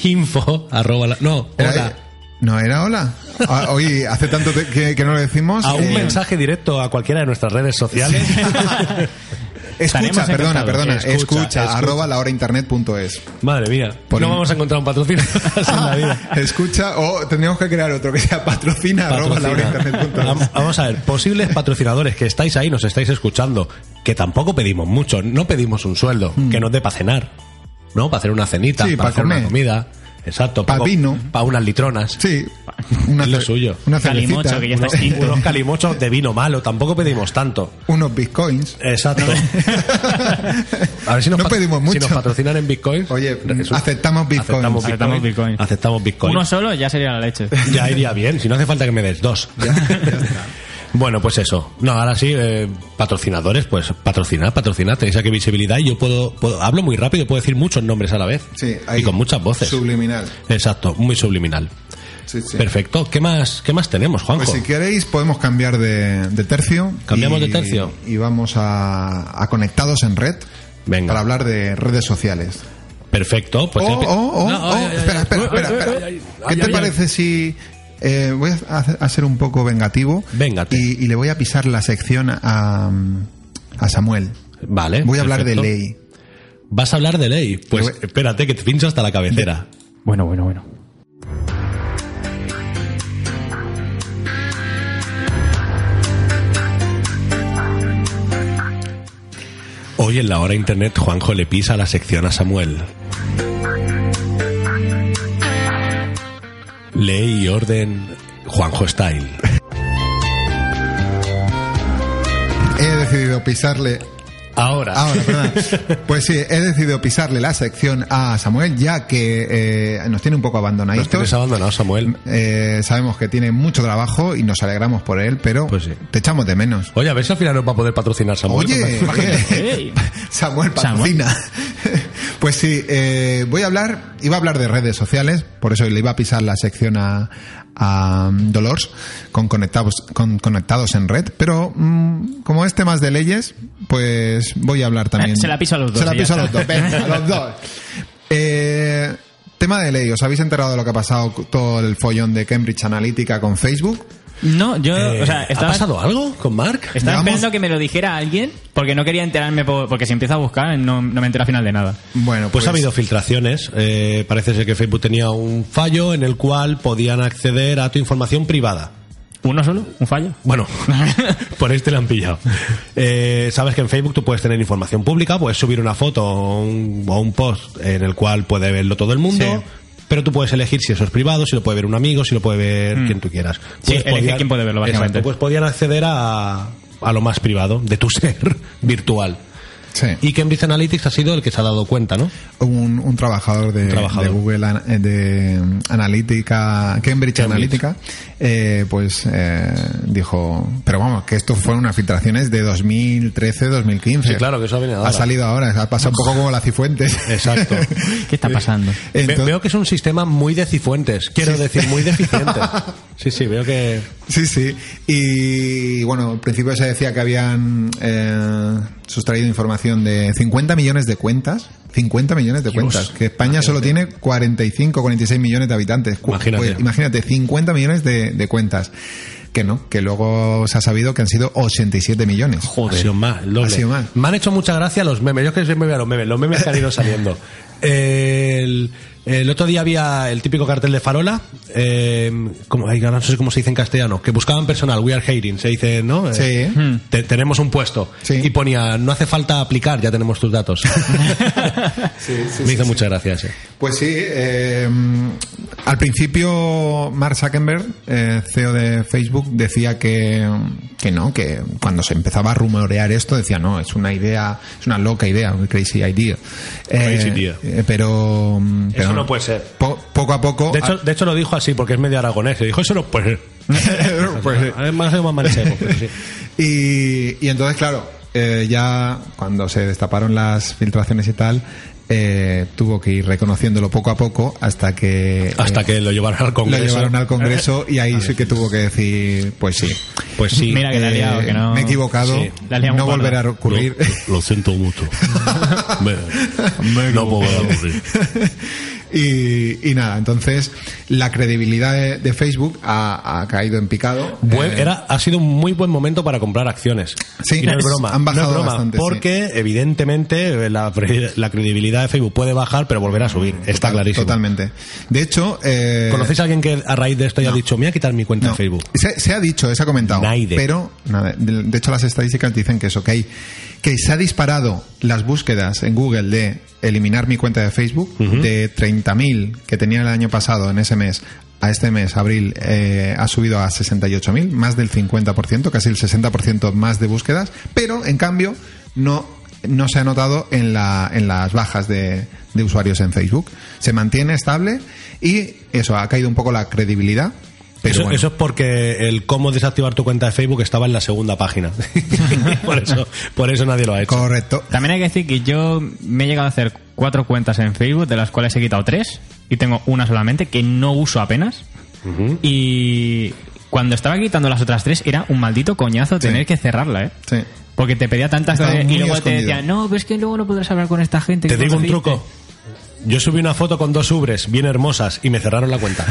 [SPEAKER 2] Info arroba la- no,
[SPEAKER 4] ¿era- e-,
[SPEAKER 2] hola.
[SPEAKER 4] ¿No era hola? Ah, Oye, hace tanto te- que, que no lo decimos.
[SPEAKER 2] a un
[SPEAKER 4] Eh,
[SPEAKER 2] mensaje directo a cualquiera de nuestras redes sociales.
[SPEAKER 4] Escucha,
[SPEAKER 3] Estaremos
[SPEAKER 4] perdona,
[SPEAKER 3] encantados.
[SPEAKER 4] perdona. Escucha,
[SPEAKER 2] Escucha, escucha.
[SPEAKER 4] arroba lahorainternet.es.
[SPEAKER 2] Madre mía,
[SPEAKER 4] Por
[SPEAKER 2] no
[SPEAKER 4] el-
[SPEAKER 2] vamos a encontrar un patrocinio en la vida.
[SPEAKER 4] Escucha, o tendríamos que crear otro que sea patrocina, arroba
[SPEAKER 2] Patrocina. Vam-
[SPEAKER 4] lahorainternet.es.
[SPEAKER 2] Vamos a ver, posibles patrocinadores que estáis ahí, nos estáis escuchando, que tampoco pedimos mucho, no pedimos un sueldo,
[SPEAKER 3] Mm.
[SPEAKER 2] que nos dé para cenar, ¿no? Para hacer una cenita,
[SPEAKER 4] Sí,
[SPEAKER 2] para
[SPEAKER 4] pa'
[SPEAKER 2] hacer
[SPEAKER 4] comer.
[SPEAKER 2] una comida, exacto,
[SPEAKER 4] Pa' vino.
[SPEAKER 2] para unas litronas.
[SPEAKER 4] Sí, una
[SPEAKER 2] Es lo
[SPEAKER 4] ce-
[SPEAKER 2] suyo.
[SPEAKER 4] Una
[SPEAKER 3] Calimocho,
[SPEAKER 4] cervecita,
[SPEAKER 3] que ya está
[SPEAKER 4] unos-
[SPEAKER 3] extinto.
[SPEAKER 2] Unos calimochos de vino malo, tampoco pedimos tanto.
[SPEAKER 4] unos bitcoins.
[SPEAKER 2] Exacto. A ver si nos,
[SPEAKER 4] No
[SPEAKER 2] pat-
[SPEAKER 4] pedimos
[SPEAKER 2] Si
[SPEAKER 4] mucho.
[SPEAKER 2] nos patrocinan en bitcoins.
[SPEAKER 4] Oye,
[SPEAKER 2] resu-
[SPEAKER 4] aceptamos bitcoins.
[SPEAKER 2] Aceptamos bitcoins.
[SPEAKER 3] Aceptamos bitcoins.
[SPEAKER 2] Aceptamos bitcoins.
[SPEAKER 3] Uno solo ya sería la leche.
[SPEAKER 2] Ya iría bien, si no hace falta que me des dos. bueno, pues eso. No, ahora sí, eh, patrocinadores, pues patrocinar, patrocinar. Tenéis aquí visibilidad y yo puedo, puedo- hablo muy rápido, puedo decir muchos nombres a la vez.
[SPEAKER 4] Sí, ahí.
[SPEAKER 2] y con muchas voces.
[SPEAKER 4] Subliminal.
[SPEAKER 2] Exacto, muy subliminal.
[SPEAKER 4] Sí, sí.
[SPEAKER 2] Perfecto. ¿Qué más, qué más tenemos, Juanjo?
[SPEAKER 4] Pues si queréis podemos cambiar de, de tercio.
[SPEAKER 2] Cambiamos de
[SPEAKER 4] y-
[SPEAKER 2] tercio.
[SPEAKER 4] Y vamos a, a Conectados en Red
[SPEAKER 2] Venga.
[SPEAKER 4] para hablar de redes sociales.
[SPEAKER 2] Perfecto. Pues
[SPEAKER 4] oh,
[SPEAKER 2] empe-
[SPEAKER 4] oh, oh,
[SPEAKER 2] No,
[SPEAKER 4] oh,
[SPEAKER 2] ay, ay,
[SPEAKER 4] espera,
[SPEAKER 2] ay,
[SPEAKER 4] espera,
[SPEAKER 2] ay,
[SPEAKER 4] espera.
[SPEAKER 2] ay,
[SPEAKER 4] espera.
[SPEAKER 2] ay, ay,
[SPEAKER 4] ¿Qué
[SPEAKER 2] ay,
[SPEAKER 4] te
[SPEAKER 2] ay,
[SPEAKER 4] parece si eh, voy a, hacer- a ser un poco vengativo
[SPEAKER 2] Véngate.
[SPEAKER 4] Y, y le voy a pisar la sección a, a Samuel?
[SPEAKER 2] ay. Vale.
[SPEAKER 4] Voy a hablar
[SPEAKER 2] Eh, perfecto.
[SPEAKER 4] de ley.
[SPEAKER 2] Vas a hablar de ley. Pues
[SPEAKER 4] Le voy-
[SPEAKER 2] espérate, que te pincho hasta la cabecera.
[SPEAKER 3] Bueno, bueno, bueno.
[SPEAKER 2] Hoy en la hora internet, Juanjo le pisa la sección a Samuel. Ley y orden, Juanjo Style.
[SPEAKER 4] He decidido pisarle
[SPEAKER 2] Ahora.
[SPEAKER 4] Ahora, perdón. Ah, Pues sí, he decidido pisarle la sección a Samuel, ya que eh, nos tiene un poco
[SPEAKER 2] Nos tienes
[SPEAKER 4] abandonaditos.
[SPEAKER 2] abandonado, Samuel.
[SPEAKER 4] Eh, sabemos que tiene mucho trabajo y nos alegramos por él, pero
[SPEAKER 2] Pues sí.
[SPEAKER 4] te echamos de menos.
[SPEAKER 2] Oye, a ver si al final nos va a poder patrocinar Samuel.
[SPEAKER 4] Oye,
[SPEAKER 3] Ey. Samuel.
[SPEAKER 4] Samuel patrocina. Pues sí, eh, voy a hablar, iba a hablar de redes sociales, por eso le iba a pisar la sección a, a mm, Dolores con conectados, con conectados en red, pero mm, como es temas de leyes, pues voy a hablar también.
[SPEAKER 3] Se la piso a los dos
[SPEAKER 4] Se la
[SPEAKER 3] y ya
[SPEAKER 4] piso a los
[SPEAKER 3] está.
[SPEAKER 4] dos, venga, a los dos. Eh, tema de ley, ¿os habéis enterado de lo que ha pasado con todo el follón de Cambridge Analytica con Facebook?
[SPEAKER 3] No, yo,
[SPEAKER 2] Eh,
[SPEAKER 3] o sea, Eh,
[SPEAKER 2] ¿Ha
[SPEAKER 3] estaba,
[SPEAKER 2] pasado algo con Mark?
[SPEAKER 3] estaba
[SPEAKER 4] Llevamos-
[SPEAKER 3] esperando que me lo dijera alguien porque no quería enterarme, por- porque si empiezo a buscar no, no me entero al final de nada.
[SPEAKER 4] Bueno,
[SPEAKER 2] Pues, ha habido filtraciones. Eh, parece ser que Facebook tenía un fallo en el cual podían acceder a tu información privada.
[SPEAKER 3] ¿Uno solo? ¿Un fallo?
[SPEAKER 2] Bueno, por este la han pillado. Eh, Sabes que en Facebook tú puedes tener información pública, puedes subir una foto o un, o un post en el cual puede verlo todo el mundo, pero tú puedes elegir si eso es privado, si lo puede ver un amigo, si lo puede ver quien tú quieras.
[SPEAKER 3] Sí, elegir quién puede verlo, básicamente.
[SPEAKER 2] Exacto, pues podían acceder a, a lo más privado de tu ser virtual.
[SPEAKER 4] Sí.
[SPEAKER 2] Y Cambridge Analytics ha sido el que se ha dado cuenta, ¿no?
[SPEAKER 4] un, un trabajador de,
[SPEAKER 2] trabajador.
[SPEAKER 4] de Google Ana- eh, de mm, analítica Cambridge, Analytica eh, pues eh, dijo pero vamos que esto fueron unas filtraciones de 2013 2015
[SPEAKER 2] Sí, claro, que eso ha venido ahora.
[SPEAKER 4] salido ahora ha pasado un poco como la Cifuentes
[SPEAKER 2] Exacto.
[SPEAKER 3] ¿Qué
[SPEAKER 2] Eh,
[SPEAKER 3] está pasando?
[SPEAKER 2] Ve-
[SPEAKER 4] Entonces-
[SPEAKER 2] veo que es un sistema muy decifuentes, quiero decir, muy deficiente. Sí, sí, veo que...
[SPEAKER 4] Sí, sí. Y bueno, al principio se decía que habían eh, sustraído información de 50 millones de cuentas. 50 millones de cuentas. que España solo tiene 45, 46 millones de habitantes. Cu- pues,
[SPEAKER 2] Imagínate.
[SPEAKER 4] imagínate, 50 millones de, de cuentas. que no, que luego se ha sabido que han sido 87 millones.
[SPEAKER 2] Ha sido más, el doble.
[SPEAKER 4] Ha sido más.
[SPEAKER 2] Me han hecho mucha gracia los memes. Yo es que siempre veo los memes. Los memes que han ido saliendo.
[SPEAKER 4] Eh,
[SPEAKER 2] El, el otro día había el típico cartel de Farola. eh, como, ay, ahora no sé cómo se dice en castellano. Que buscaban personal. We are hating. Se dice, ¿no?
[SPEAKER 4] Sí.
[SPEAKER 2] Eh, te- tenemos un puesto.
[SPEAKER 4] Sí.
[SPEAKER 2] Y ponía, no hace falta aplicar, ya tenemos tus datos. Me hizo mucha gracia ese.
[SPEAKER 4] Pues sí, eh, al principio Mark Zuckerberg, eh, CEO de Facebook, decía que, que no, que cuando se empezaba a rumorear esto decía no, es una idea, es una loca idea, un crazy idea. Eh,
[SPEAKER 2] Crazy idea.
[SPEAKER 4] eh, pero, pero
[SPEAKER 2] no puede ser.
[SPEAKER 4] po- poco a poco.
[SPEAKER 2] De hecho, de hecho lo dijo así porque es medio aragonés. Le dijo, eso no puede ser.
[SPEAKER 4] Pues sí.
[SPEAKER 2] Además, es más manchego, pero sí.
[SPEAKER 4] y, y entonces, claro, eh, ya cuando se destaparon las filtraciones y tal, eh, tuvo que ir reconociéndolo poco a poco hasta que.
[SPEAKER 2] Hasta
[SPEAKER 4] eh,
[SPEAKER 2] que lo llevaron al
[SPEAKER 4] lo
[SPEAKER 2] Congreso.
[SPEAKER 4] llevaron al Congreso y ahí sí que tuvo que decir, pues sí,
[SPEAKER 2] Pues sí.
[SPEAKER 3] Mira que la ha
[SPEAKER 4] eh,
[SPEAKER 3] liado, que no.
[SPEAKER 4] me he equivocado,
[SPEAKER 2] Sí,
[SPEAKER 3] la ha liado
[SPEAKER 4] no
[SPEAKER 3] muy parda.
[SPEAKER 4] volverá a ocurrir.
[SPEAKER 1] Lo, lo siento mucho. Me- no puedo aburrir.
[SPEAKER 4] y, y nada, entonces la credibilidad de, de Facebook ha, ha caído en picado.
[SPEAKER 2] Buen-
[SPEAKER 4] Eh,
[SPEAKER 2] era, ha sido un muy buen momento para comprar acciones.
[SPEAKER 4] Sí,
[SPEAKER 2] Y no es broma.
[SPEAKER 4] han bajado
[SPEAKER 2] no es broma,
[SPEAKER 4] bastante, sí.
[SPEAKER 2] porque evidentemente eh, la, pre- la credibilidad de Facebook puede bajar, pero volverá a subir. Está clarísimo.
[SPEAKER 4] Totalmente. De hecho, eh,
[SPEAKER 2] ¿Conocéis a alguien que a raíz de esto haya dicho, me voy a quitar mi cuenta
[SPEAKER 4] no.
[SPEAKER 2] de Facebook?
[SPEAKER 4] Se, se ha dicho, se ha comentado.
[SPEAKER 2] Naide.
[SPEAKER 4] Pero, nada, de, de hecho, las estadísticas dicen que eso, que, hay, que se ha disparado las búsquedas en Google de eliminar mi cuenta de Facebook de 30.000 que tenía el año pasado en ese mes. A este mes, abril, eh, ha subido a 68.000, más del 50%, casi el 60% más de búsquedas, pero en cambio no, no se ha notado en, la, en las bajas de, de usuarios en Facebook. Se mantiene estable y eso, ha caído un poco la credibilidad. Pero
[SPEAKER 2] eso,
[SPEAKER 4] bueno.
[SPEAKER 2] eso es porque el cómo desactivar tu cuenta de Facebook estaba en la segunda página. por, eso, por eso nadie lo ha hecho.
[SPEAKER 4] Correcto.
[SPEAKER 3] También hay que decir que yo me he llegado a hacer cuatro cuentas en Facebook, de las cuales he quitado tres, y tengo una solamente que no uso apenas. Y cuando estaba quitando las otras tres, era un maldito coñazo tener que cerrarla, ¿eh?
[SPEAKER 4] Sí.
[SPEAKER 3] Porque te pedía tantas
[SPEAKER 4] Estaba
[SPEAKER 3] cosas
[SPEAKER 4] muy
[SPEAKER 3] y luego
[SPEAKER 4] escondido.
[SPEAKER 3] te decía, no, pero es que luego no podrás hablar con esta gente.
[SPEAKER 2] Te
[SPEAKER 3] que
[SPEAKER 2] digo un
[SPEAKER 3] conociste".
[SPEAKER 2] truco. Yo subí una foto con dos ubres bien hermosas y me cerraron la cuenta.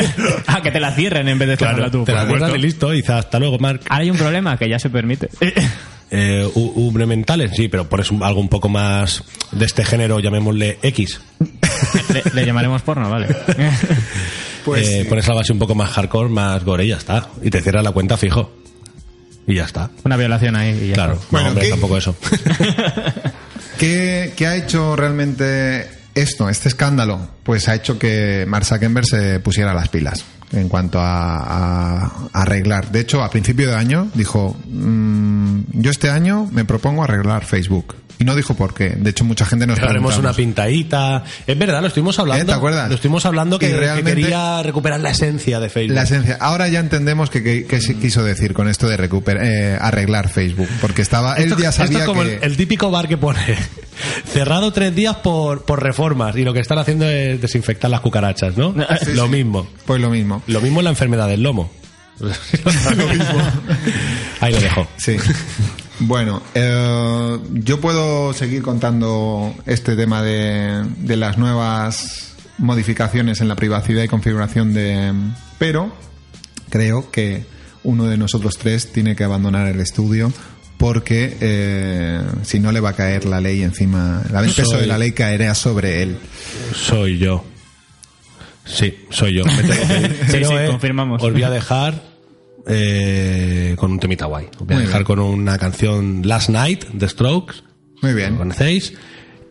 [SPEAKER 3] ah, que te la cierren en vez de cerrarla tú.
[SPEAKER 2] te la guardas y listo. Y dices, hasta luego, Mark.
[SPEAKER 3] Ahora hay un problema que ya se permite.
[SPEAKER 2] Eh, u- ubre mentales, sí, pero pones un- algo un poco más de este género, llamémosle X.
[SPEAKER 3] le, le llamaremos porno, vale.
[SPEAKER 4] Pues
[SPEAKER 2] Eh,
[SPEAKER 4] sí.
[SPEAKER 2] pones la base un poco más hardcore, más gore y ya está. Y te cierras la cuenta fijo. Y ya está.
[SPEAKER 3] Una violación ahí. y ya
[SPEAKER 2] Claro,
[SPEAKER 3] está.
[SPEAKER 2] no,
[SPEAKER 4] Bueno,
[SPEAKER 2] hombre,
[SPEAKER 4] ¿qué?
[SPEAKER 2] tampoco eso.
[SPEAKER 4] ¿Qué, qué ha hecho realmente esto, este escándalo? Pues ha hecho que Mark Zuckerberg se pusiera las pilas en cuanto a, a- a arreglar. De hecho, a principio de año dijo, "Mm, yo este año me propongo arreglar Facebook. Y no dijo por qué. De hecho, mucha gente nos
[SPEAKER 2] Haremos una
[SPEAKER 4] preguntamos.
[SPEAKER 2] pintadita. Es verdad, lo estuvimos hablando.
[SPEAKER 4] ¿Eh? ¿Te acuerdas?
[SPEAKER 2] Lo estuvimos hablando que,
[SPEAKER 4] Y
[SPEAKER 2] que
[SPEAKER 4] realmente-
[SPEAKER 2] quería recuperar la esencia de Facebook.
[SPEAKER 4] La esencia. Ahora ya entendemos que, que- que se quiso decir con esto de recuper- eh, arreglar Facebook. Porque estaba, él ya sabía
[SPEAKER 2] es como
[SPEAKER 4] que...
[SPEAKER 2] el, el típico bar que pone cerrado tres días por, por reformas y lo que están haciendo es desinfectar las cucarachas, ¿no?
[SPEAKER 4] Ah, Sí,
[SPEAKER 2] lo
[SPEAKER 4] sí.
[SPEAKER 2] mismo.
[SPEAKER 4] Pues lo mismo.
[SPEAKER 2] Lo mismo en la enfermedad del lomo.
[SPEAKER 4] lo mismo.
[SPEAKER 2] Ahí lo dejo.
[SPEAKER 4] Sí. Bueno, eh, yo puedo seguir contando este tema de, de las nuevas modificaciones en la privacidad y configuración de... Pero creo que uno de nosotros tres tiene que abandonar el estudio porque eh, si no le va a caer la ley encima, la el peso
[SPEAKER 2] Soy-
[SPEAKER 4] de la ley caerá sobre él.
[SPEAKER 2] Soy yo. Sí, soy yo. Me tengo que ir. eh,
[SPEAKER 3] Sí, sí, confirmamos.
[SPEAKER 2] Os voy a dejar eh, con un temita guay. Os voy a
[SPEAKER 4] Muy
[SPEAKER 2] dejar
[SPEAKER 4] bien.
[SPEAKER 2] con una canción Last Night de Strokes.
[SPEAKER 4] Muy
[SPEAKER 2] lo
[SPEAKER 4] bien.
[SPEAKER 2] conocéis.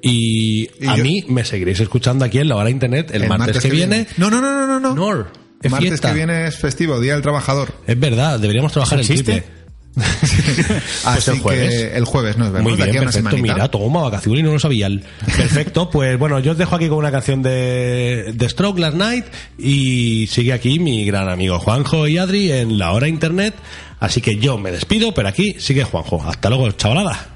[SPEAKER 2] Y,
[SPEAKER 4] ¿Eh? Y
[SPEAKER 2] a
[SPEAKER 4] yo-
[SPEAKER 2] mí me seguiréis escuchando aquí en la hora internet el, martes, que, viene.
[SPEAKER 4] No, no, no, no, no. no.
[SPEAKER 2] Nor, es
[SPEAKER 4] martes
[SPEAKER 2] fiesta.
[SPEAKER 4] que viene es festivo, Día del Trabajador.
[SPEAKER 2] Es verdad, deberíamos trabajar el
[SPEAKER 3] ¿Eso existe?
[SPEAKER 2] triple. Pues
[SPEAKER 4] Así
[SPEAKER 2] el jueves.
[SPEAKER 4] que el jueves nos vemos.
[SPEAKER 2] Muy
[SPEAKER 4] de
[SPEAKER 2] bien,
[SPEAKER 4] aquí a una
[SPEAKER 2] perfecto.
[SPEAKER 4] semanita.
[SPEAKER 2] Mira, toma vacaciones y no lo sabía. él. Perfecto, pues bueno, yo os dejo aquí con una canción de, de Stroke Last Night y sigue aquí mi gran amigo Juanjo y Adri en la hora internet. Así que yo me despido, pero aquí sigue Juanjo. Hasta luego, chavalada.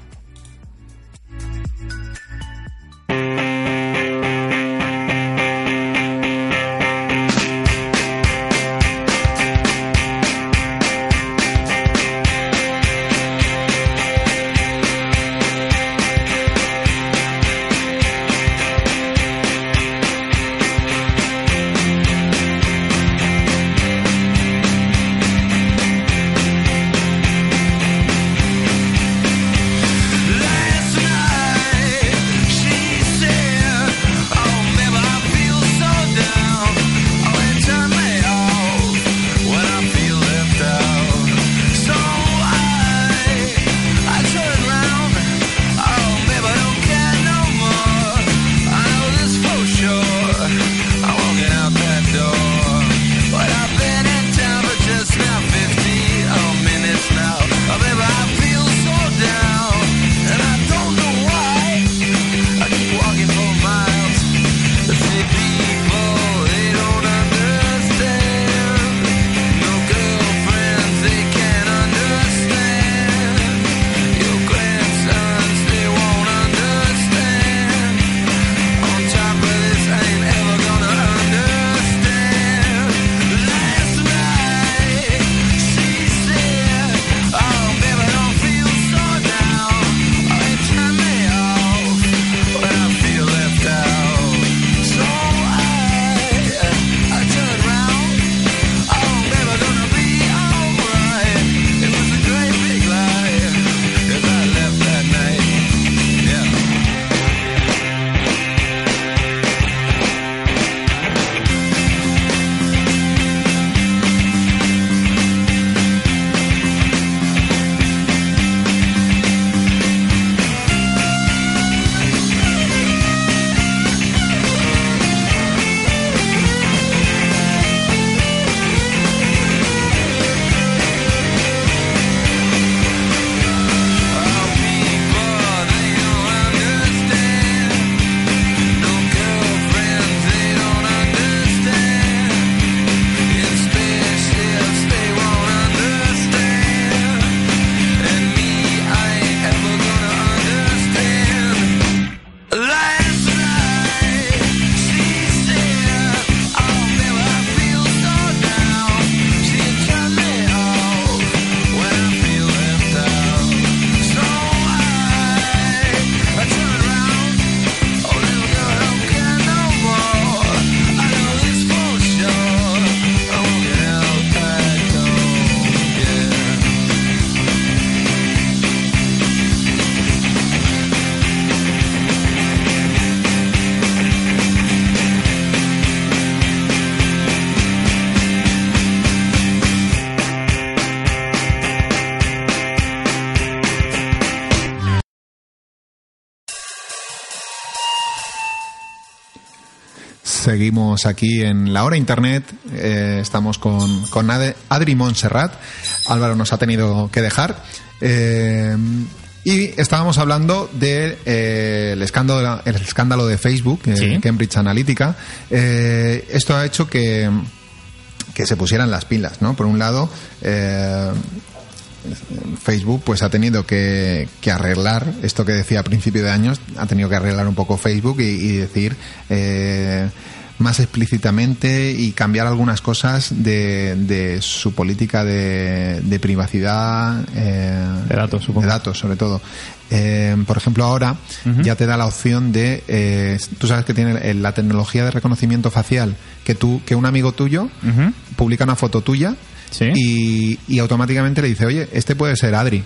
[SPEAKER 10] I
[SPEAKER 5] Oh,
[SPEAKER 4] Seguimos aquí en la hora internet. Eh, estamos con, con Ade- Adri Montserrat. Álvaro nos ha tenido que dejar. Eh, y estábamos hablando del escándalo, el escándalo de Facebook, eh,
[SPEAKER 3] Sí.
[SPEAKER 4] Cambridge Analytica. Eh, esto ha hecho que, que se pusieran las pilas, ¿no? Por un lado, eh, Facebook pues ha tenido que, que arreglar esto que decía a principio de años, ha tenido que arreglar un poco Facebook y, y decir eh, más explícitamente y cambiar algunas cosas de, de su política de, de privacidad eh,
[SPEAKER 3] De datos, supongo.
[SPEAKER 4] de datos, sobre todo. Eh, por ejemplo, ahora ya te da la opción de. eh, tú sabes que tiene eh, la tecnología de reconocimiento facial que tú, que un amigo tuyo
[SPEAKER 3] Ujú.
[SPEAKER 4] publica una foto tuya
[SPEAKER 3] Sí.
[SPEAKER 4] y, y automáticamente le dice, oye, este puede ser Adri.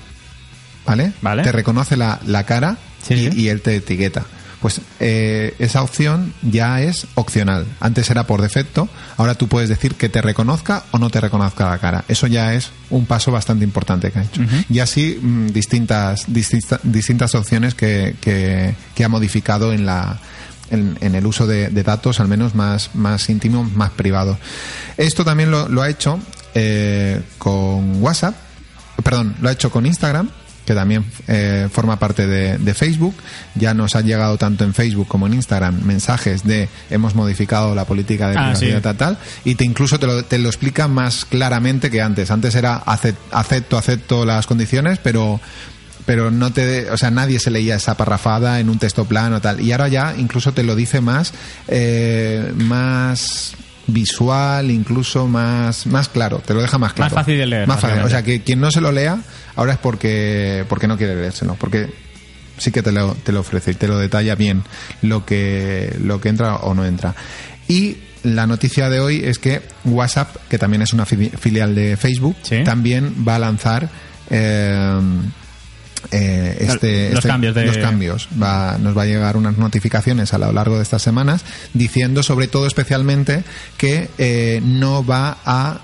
[SPEAKER 4] ¿Vale?
[SPEAKER 3] Vale.
[SPEAKER 4] Te reconoce la, la cara
[SPEAKER 3] Sí,
[SPEAKER 4] y,
[SPEAKER 3] sí.
[SPEAKER 4] y él te etiqueta. Pues eh, esa opción ya es opcional. Antes era por defecto, ahora tú puedes decir que te reconozca o no te reconozca la cara. Eso ya es un paso bastante importante que ha hecho. Y así mm, distintas, distinta- distintas opciones que, que- que ha modificado en la... En, en el uso de, de datos, al menos más, más íntimos, más privados. Esto también lo, lo ha hecho eh, con WhatsApp, perdón, lo ha hecho con Instagram, que también eh, forma parte de, de Facebook. Ya nos han llegado tanto en Facebook como en Instagram mensajes de hemos modificado la política de
[SPEAKER 3] Ah,
[SPEAKER 4] privacidad
[SPEAKER 3] sí.
[SPEAKER 4] tal, tal, y te incluso te lo, te lo explica más claramente que antes. Antes era ace- acepto, acepto las condiciones, pero pero no te, o sea, nadie se leía esa parrafada en un texto plano tal. Y ahora ya incluso te lo dice más, eh, más visual, incluso más, más claro. Te lo deja más claro.
[SPEAKER 3] fácil de leer,
[SPEAKER 4] Más fácil. O
[SPEAKER 3] básicamente.
[SPEAKER 4] sea, que quien no se lo lea ahora es porque, porque no quiere leérselo, porque sí que te lo, te lo ofrece y te lo detalla bien lo que, lo que entra o no entra. Y la noticia de hoy es que WhatsApp, que también es una fili- filial de Facebook,
[SPEAKER 3] Sí.
[SPEAKER 4] también va a lanzar eh, eh, este,
[SPEAKER 3] Los
[SPEAKER 4] este-
[SPEAKER 3] cambios de-
[SPEAKER 4] los cambios. Va- nos va a llegar unas notificaciones a lo largo de estas semanas diciendo sobre todo especialmente que eh, no va a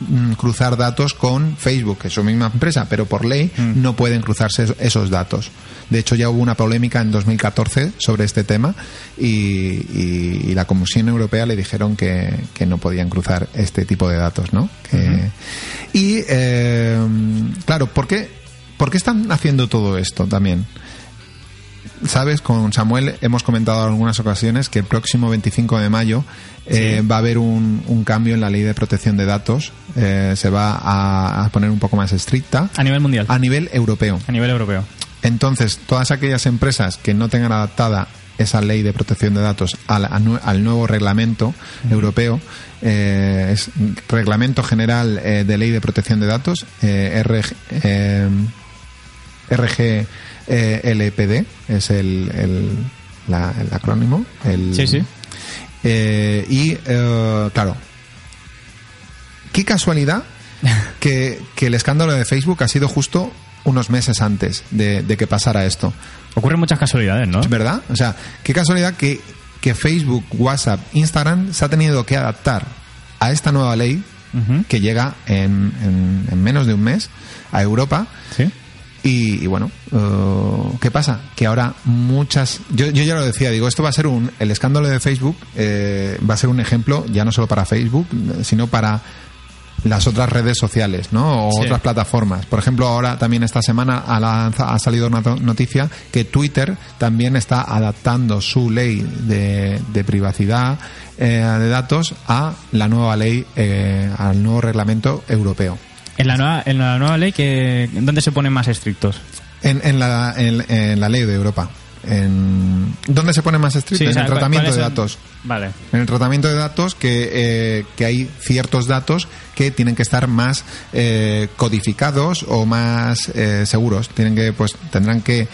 [SPEAKER 4] mm, cruzar datos con Facebook, que es su misma empresa, pero por ley
[SPEAKER 3] Mm.
[SPEAKER 4] no pueden cruzarse es- esos datos. De hecho, ya hubo una polémica en 2014 sobre este tema y, y- y la Comisión Europea le dijeron que, que no podían cruzar este tipo de datos, ¿no? Que- Y, eh, claro, ¿por qué, ¿por qué están haciendo todo esto también? Sabes, con Samuel hemos comentado en algunas ocasiones que el próximo 25 de mayo eh, va a haber un, un cambio en la ley de protección de datos. Eh, se va a, a poner un poco más estricta
[SPEAKER 3] A nivel mundial.
[SPEAKER 4] a nivel europeo.
[SPEAKER 3] A nivel europeo.
[SPEAKER 4] Entonces, todas aquellas empresas que no tengan adaptada esa ley de protección de datos al, a nue- al nuevo reglamento europeo, eh, es Reglamento General eh, de Ley de Protección de Datos, eh, RG, eh, RGLPD, es el, el- la- el acrónimo. el-
[SPEAKER 3] Sí, sí.
[SPEAKER 4] Eh, y, eh, claro, qué casualidad que, que el escándalo de Facebook ha sido justo unos meses antes de, de que pasara esto.
[SPEAKER 3] Ocurren muchas casualidades, ¿no?
[SPEAKER 4] ¿Verdad? O sea, qué casualidad que, que Facebook, WhatsApp, Instagram se ha tenido que adaptar a esta nueva ley
[SPEAKER 3] Ujú.
[SPEAKER 4] que llega en, en- en menos de un mes a Europa.
[SPEAKER 3] Sí.
[SPEAKER 4] Y, y bueno, eh, ¿qué pasa? Que ahora muchas... Yo, yo ya lo decía, digo, esto va a ser un... El escándalo de Facebook eh, va a ser un ejemplo ya no solo para Facebook, sino para las otras redes sociales, ¿no? O
[SPEAKER 3] Sí.
[SPEAKER 4] otras plataformas. Por ejemplo, ahora también esta semana ha, lanza- ha salido una to- noticia que Twitter también está adaptando su ley de, de privacidad eh, de datos a la nueva ley, eh, al nuevo reglamento europeo.
[SPEAKER 3] En la nueva, en la nueva ley, que, ¿dónde se ponen más estrictos?
[SPEAKER 4] En, en la, en, en la ley de Europa. En, ¿Dónde se pone más estricto?
[SPEAKER 3] o
[SPEAKER 4] en
[SPEAKER 3] sea,
[SPEAKER 4] el
[SPEAKER 3] ¿cuál-
[SPEAKER 4] tratamiento
[SPEAKER 3] cuáles
[SPEAKER 4] de
[SPEAKER 3] son?
[SPEAKER 4] datos.
[SPEAKER 3] Vale.
[SPEAKER 4] En el tratamiento de datos que, eh, que hay ciertos datos que tienen que estar más eh, codificados o más eh, seguros. Tienen que, pues, tendrán que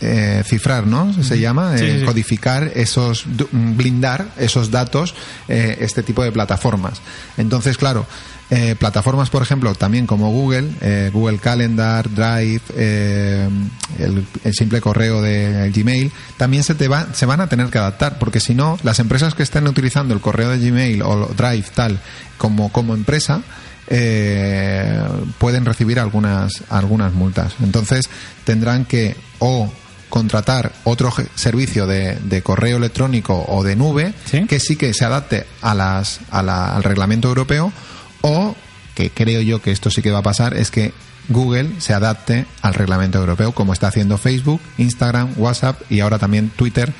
[SPEAKER 4] eh, cifrar, ¿no? Se llama
[SPEAKER 3] Sí,
[SPEAKER 4] eh,
[SPEAKER 3] sí, sí.
[SPEAKER 4] codificar esos, du- mm, blindar esos datos, eh, este tipo de plataformas. Entonces, claro, eh, plataformas, por ejemplo, también como Google, eh, Google Calendar, Drive, eh, el, el simple correo de Gmail, también se te va, se van a tener que adaptar, porque si no, las empresas que estén utilizando el correo de Gmail o lo- Drive tal como como empresa eh, pueden recibir algunas algunas multas. Entonces tendrán que o contratar otro ge- servicio de, de correo electrónico o de nube
[SPEAKER 3] Sí.
[SPEAKER 4] que sí que se adapte a las, a la- al reglamento europeo o, que creo yo que esto sí que va a pasar, es que Google se adapte al reglamento europeo como está haciendo Facebook, Instagram, WhatsApp y ahora también Twitter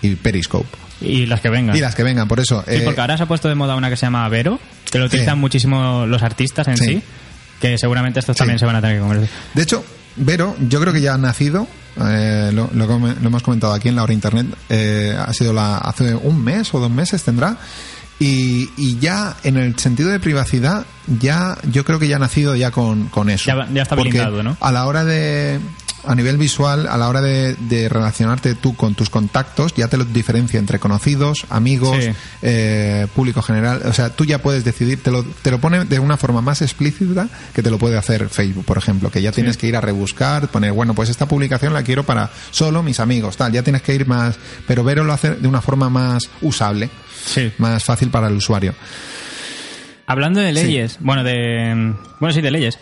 [SPEAKER 4] y Periscope.
[SPEAKER 3] Y las que vengan.
[SPEAKER 4] Y las que vengan, por eso...
[SPEAKER 3] Sí,
[SPEAKER 4] eh,
[SPEAKER 3] porque ahora se ha puesto de moda una que se llama Vero, que lo
[SPEAKER 4] Sí.
[SPEAKER 3] utilizan muchísimo los artistas en
[SPEAKER 4] Sí.
[SPEAKER 3] sí. que seguramente estos
[SPEAKER 4] Sí.
[SPEAKER 3] también se van a tener que comer.
[SPEAKER 4] De hecho, Vero, yo creo que ya ha nacido, eh, lo, lo come- lo hemos comentado aquí en la hora internet, eh, ha sido la, hace un mes o dos meses tendrá, y, y ya en el sentido de privacidad, ya yo creo que ya ha nacido ya con, con eso.
[SPEAKER 3] Ya- ya está
[SPEAKER 4] Porque
[SPEAKER 3] blindado, ¿no?
[SPEAKER 4] A la hora de... A nivel visual, a la hora de, de relacionarte tú con tus contactos, ya te lo diferencia entre conocidos, amigos,
[SPEAKER 3] Sí.
[SPEAKER 4] eh, público general. O sea, tú ya puedes decidir, te lo, te lo pone de una forma más explícita que te lo puede hacer Facebook, por ejemplo, que ya tienes que ir a rebuscar, poner, bueno, pues esta publicación la quiero para solo mis amigos, tal. Ya tienes que ir más, pero Vero lo hace de una forma más usable,
[SPEAKER 3] Sí.
[SPEAKER 4] más fácil para el usuario.
[SPEAKER 3] Hablando de leyes, bueno, de. Bueno, sí, de leyes.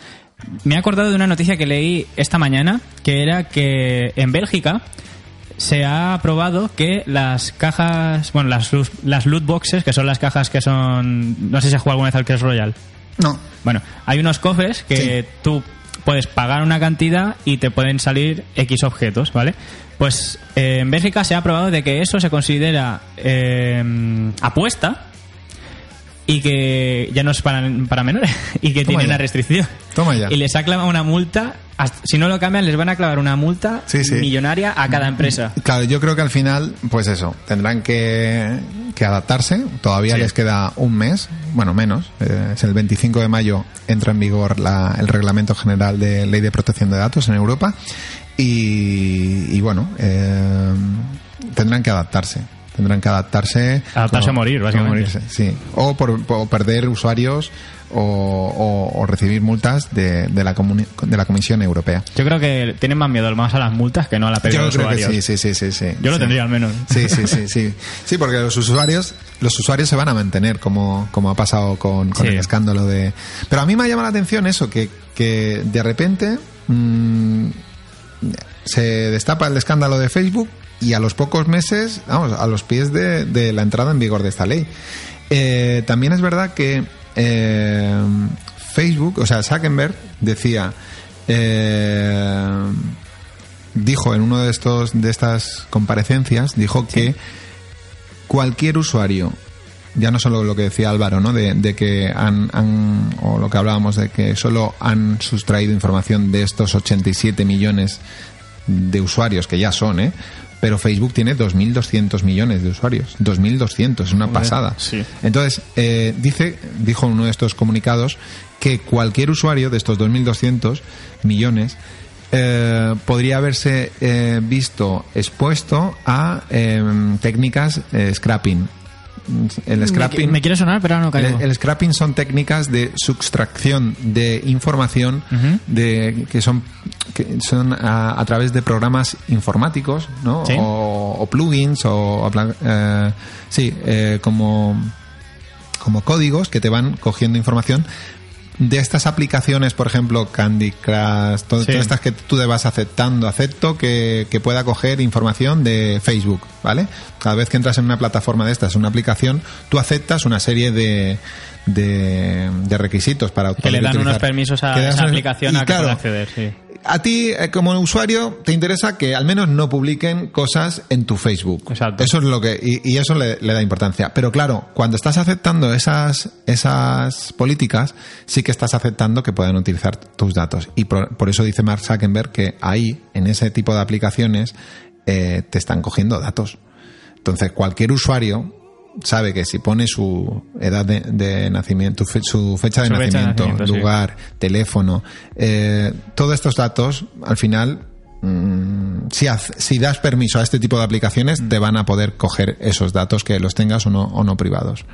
[SPEAKER 3] Me he acordado de una noticia que leí esta mañana, que era que en Bélgica se ha aprobado que las cajas, bueno, las, luz- las loot boxes, que son las cajas que son. No sé si has jugado alguna vez al Clash Royale.
[SPEAKER 4] No,
[SPEAKER 3] Bueno, hay unos cofres que
[SPEAKER 4] Sí.
[SPEAKER 3] tú puedes pagar una cantidad y te pueden salir X objetos, ¿vale? Pues eh, en Bélgica se ha probado de que eso se considera eh, apuesta y que ya no es para, para menores y que tiene
[SPEAKER 4] ya.
[SPEAKER 3] una restricción.
[SPEAKER 4] Toma ya.
[SPEAKER 3] Y les ha clavado una multa, hasta- si no lo cambian les van a clavar una multa
[SPEAKER 4] Sí, sí.
[SPEAKER 3] millonaria a cada empresa.
[SPEAKER 4] Claro, yo creo que al final, pues eso, tendrán que, que adaptarse. Todavía les queda un mes, bueno, menos. Eh, es el 25 de mayo entra en vigor la- el Reglamento General de Ley de Protección de Datos en Europa. Y, y bueno, eh, tendrán que adaptarse. Tendrán que adaptarse.
[SPEAKER 3] Adaptarse a morir, básicamente.
[SPEAKER 4] morirse, sí. O por, por perder usuarios o, o- o recibir multas de, de la, comuni- de la Comisión Europea.
[SPEAKER 3] Yo creo que tienen más miedo más a las multas que no a la pérdida de
[SPEAKER 4] Yo creo que
[SPEAKER 3] usuarios.
[SPEAKER 4] sí, sí, sí, sí, sí.
[SPEAKER 3] Yo lo
[SPEAKER 4] Sí.
[SPEAKER 3] tendría al menos.
[SPEAKER 4] Sí, sí, sí, sí. Sí, porque los usuarios, los usuarios se van a mantener, como, como ha pasado con, con
[SPEAKER 3] Sí.
[SPEAKER 4] el escándalo de. Pero a mí me llama la atención eso, que, que de repente mm, se destapa el escándalo de Facebook y a los pocos meses, vamos, a los pies de, de la entrada en vigor de esta ley. Eh, también es verdad que eh, Facebook, o sea, Zuckerberg decía. Eh, dijo en uno de estos de estas comparecencias dijo que cualquier usuario ya no solo lo que decía Álvaro no de, de que han, han- o lo que hablábamos de que solo han sustraído información de estos 87 millones de usuarios que ya son eh pero Facebook tiene 2.200 millones de usuarios. 2.200, es una pasada.
[SPEAKER 3] sí.
[SPEAKER 4] Entonces, eh, dice, dijo en uno de estos comunicados que cualquier usuario de estos 2.200 millones eh, podría haberse eh, visto expuesto a em, técnicas eh, scrapping. El
[SPEAKER 3] Me,
[SPEAKER 4] scrapping.
[SPEAKER 3] me quiere sonar, pero ahora no caigo.
[SPEAKER 4] El, el scrapping son técnicas de sustracción de información
[SPEAKER 3] Ujú.
[SPEAKER 4] de, que son, que son a, a través de programas informáticos, ¿no?
[SPEAKER 3] Sí.
[SPEAKER 4] O, o plugins, o, o pla- eh, sí, eh, como, como códigos que te van cogiendo información de estas aplicaciones, por ejemplo, Candy Crush, to-
[SPEAKER 3] Sí.
[SPEAKER 4] todas estas que tú te vas aceptando, acepto que, que pueda coger información de Facebook, ¿vale? Cada vez que entras en una plataforma de estas, una aplicación, tú aceptas una serie de, de, de requisitos para
[SPEAKER 3] Que le dan
[SPEAKER 4] utilizar.
[SPEAKER 3] unos permisos a
[SPEAKER 4] Que le dan
[SPEAKER 3] esa
[SPEAKER 4] unos-
[SPEAKER 3] aplicación
[SPEAKER 4] y
[SPEAKER 3] a que
[SPEAKER 4] claro,
[SPEAKER 3] pueda acceder, sí.
[SPEAKER 4] a ti, eh, como usuario, te interesa que al menos no publiquen cosas en tu Facebook.
[SPEAKER 3] Exacto.
[SPEAKER 4] Eso es lo que. Y, y eso le, le da importancia. Pero claro, cuando estás aceptando esas, esas políticas, sí que estás aceptando que puedan utilizar tus datos. Y por, por eso dice Mark Zuckerberg que ahí, en ese tipo de aplicaciones, eh, te están cogiendo datos. Entonces, cualquier usuario sabe que si pone su edad de, de nacimiento, fe- su fecha de
[SPEAKER 3] Su fecha de
[SPEAKER 4] nacimiento,
[SPEAKER 3] nacimiento, sí.
[SPEAKER 4] lugar, teléfono, eh, todos estos datos, al final, mm, si, haz- si das permiso a este tipo de aplicaciones, te van a poder coger esos datos que los tengas o no, o no privados.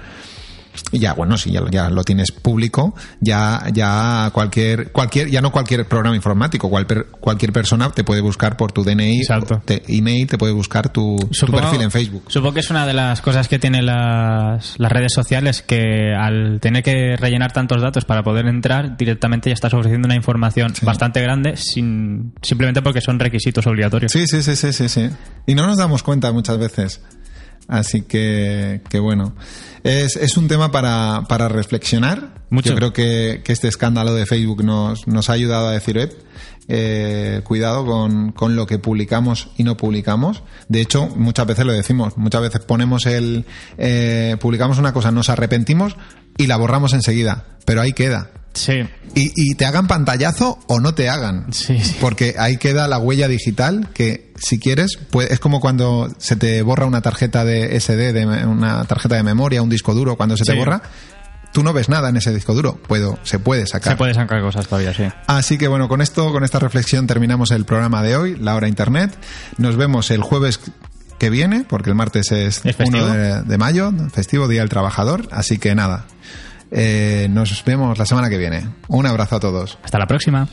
[SPEAKER 4] Y ya, bueno, sí, ya, lo- ya lo tienes público, ya, ya cualquier, cualquier, ya no cualquier programa informático, cual per- cualquier persona te puede buscar por tu DNI,
[SPEAKER 3] Exacto.
[SPEAKER 4] te- email, te puede buscar tu, tu perfil en Facebook.
[SPEAKER 3] Supongo que es una de las cosas que tienen las, las redes sociales que al tener que rellenar tantos datos para poder entrar, directamente ya estás ofreciendo una información bastante grande sin, simplemente porque son requisitos obligatorios.
[SPEAKER 4] Sí, sí, sí, sí, sí, sí. Y no nos damos cuenta muchas veces. Así que, que bueno. Es, es un tema para, para reflexionar.
[SPEAKER 3] Mucho.
[SPEAKER 4] Yo creo que, que este escándalo de Facebook nos, nos ha ayudado a decir, "Ep, eh, cuidado con, con lo que publicamos y no publicamos. De hecho, muchas veces lo decimos, muchas veces ponemos el, eh, publicamos una cosa, nos arrepentimos y la borramos enseguida, pero ahí queda.
[SPEAKER 3] Sí,
[SPEAKER 4] Y, y te hagan pantallazo o no te hagan.
[SPEAKER 3] Sí, sí.
[SPEAKER 4] Porque ahí queda la huella digital que, si quieres, pues es como cuando se te borra una tarjeta de SD, de me- una tarjeta de memoria, un disco duro, cuando se te
[SPEAKER 3] Sí.
[SPEAKER 4] borra, tú no ves nada en ese disco duro. Puedo, se puede sacar.
[SPEAKER 3] se puede sacar cosas todavía, sí.
[SPEAKER 4] Así que bueno, con esto, con esta reflexión terminamos el programa de hoy, La Hora Internet. Nos vemos el jueves que viene, porque el martes es,
[SPEAKER 3] ¿Es festivo?
[SPEAKER 4] 1 de, de mayo, festivo, Día del Trabajador. Así que nada, eh, nos vemos la semana que viene. Un abrazo a todos.
[SPEAKER 3] Hasta la próxima.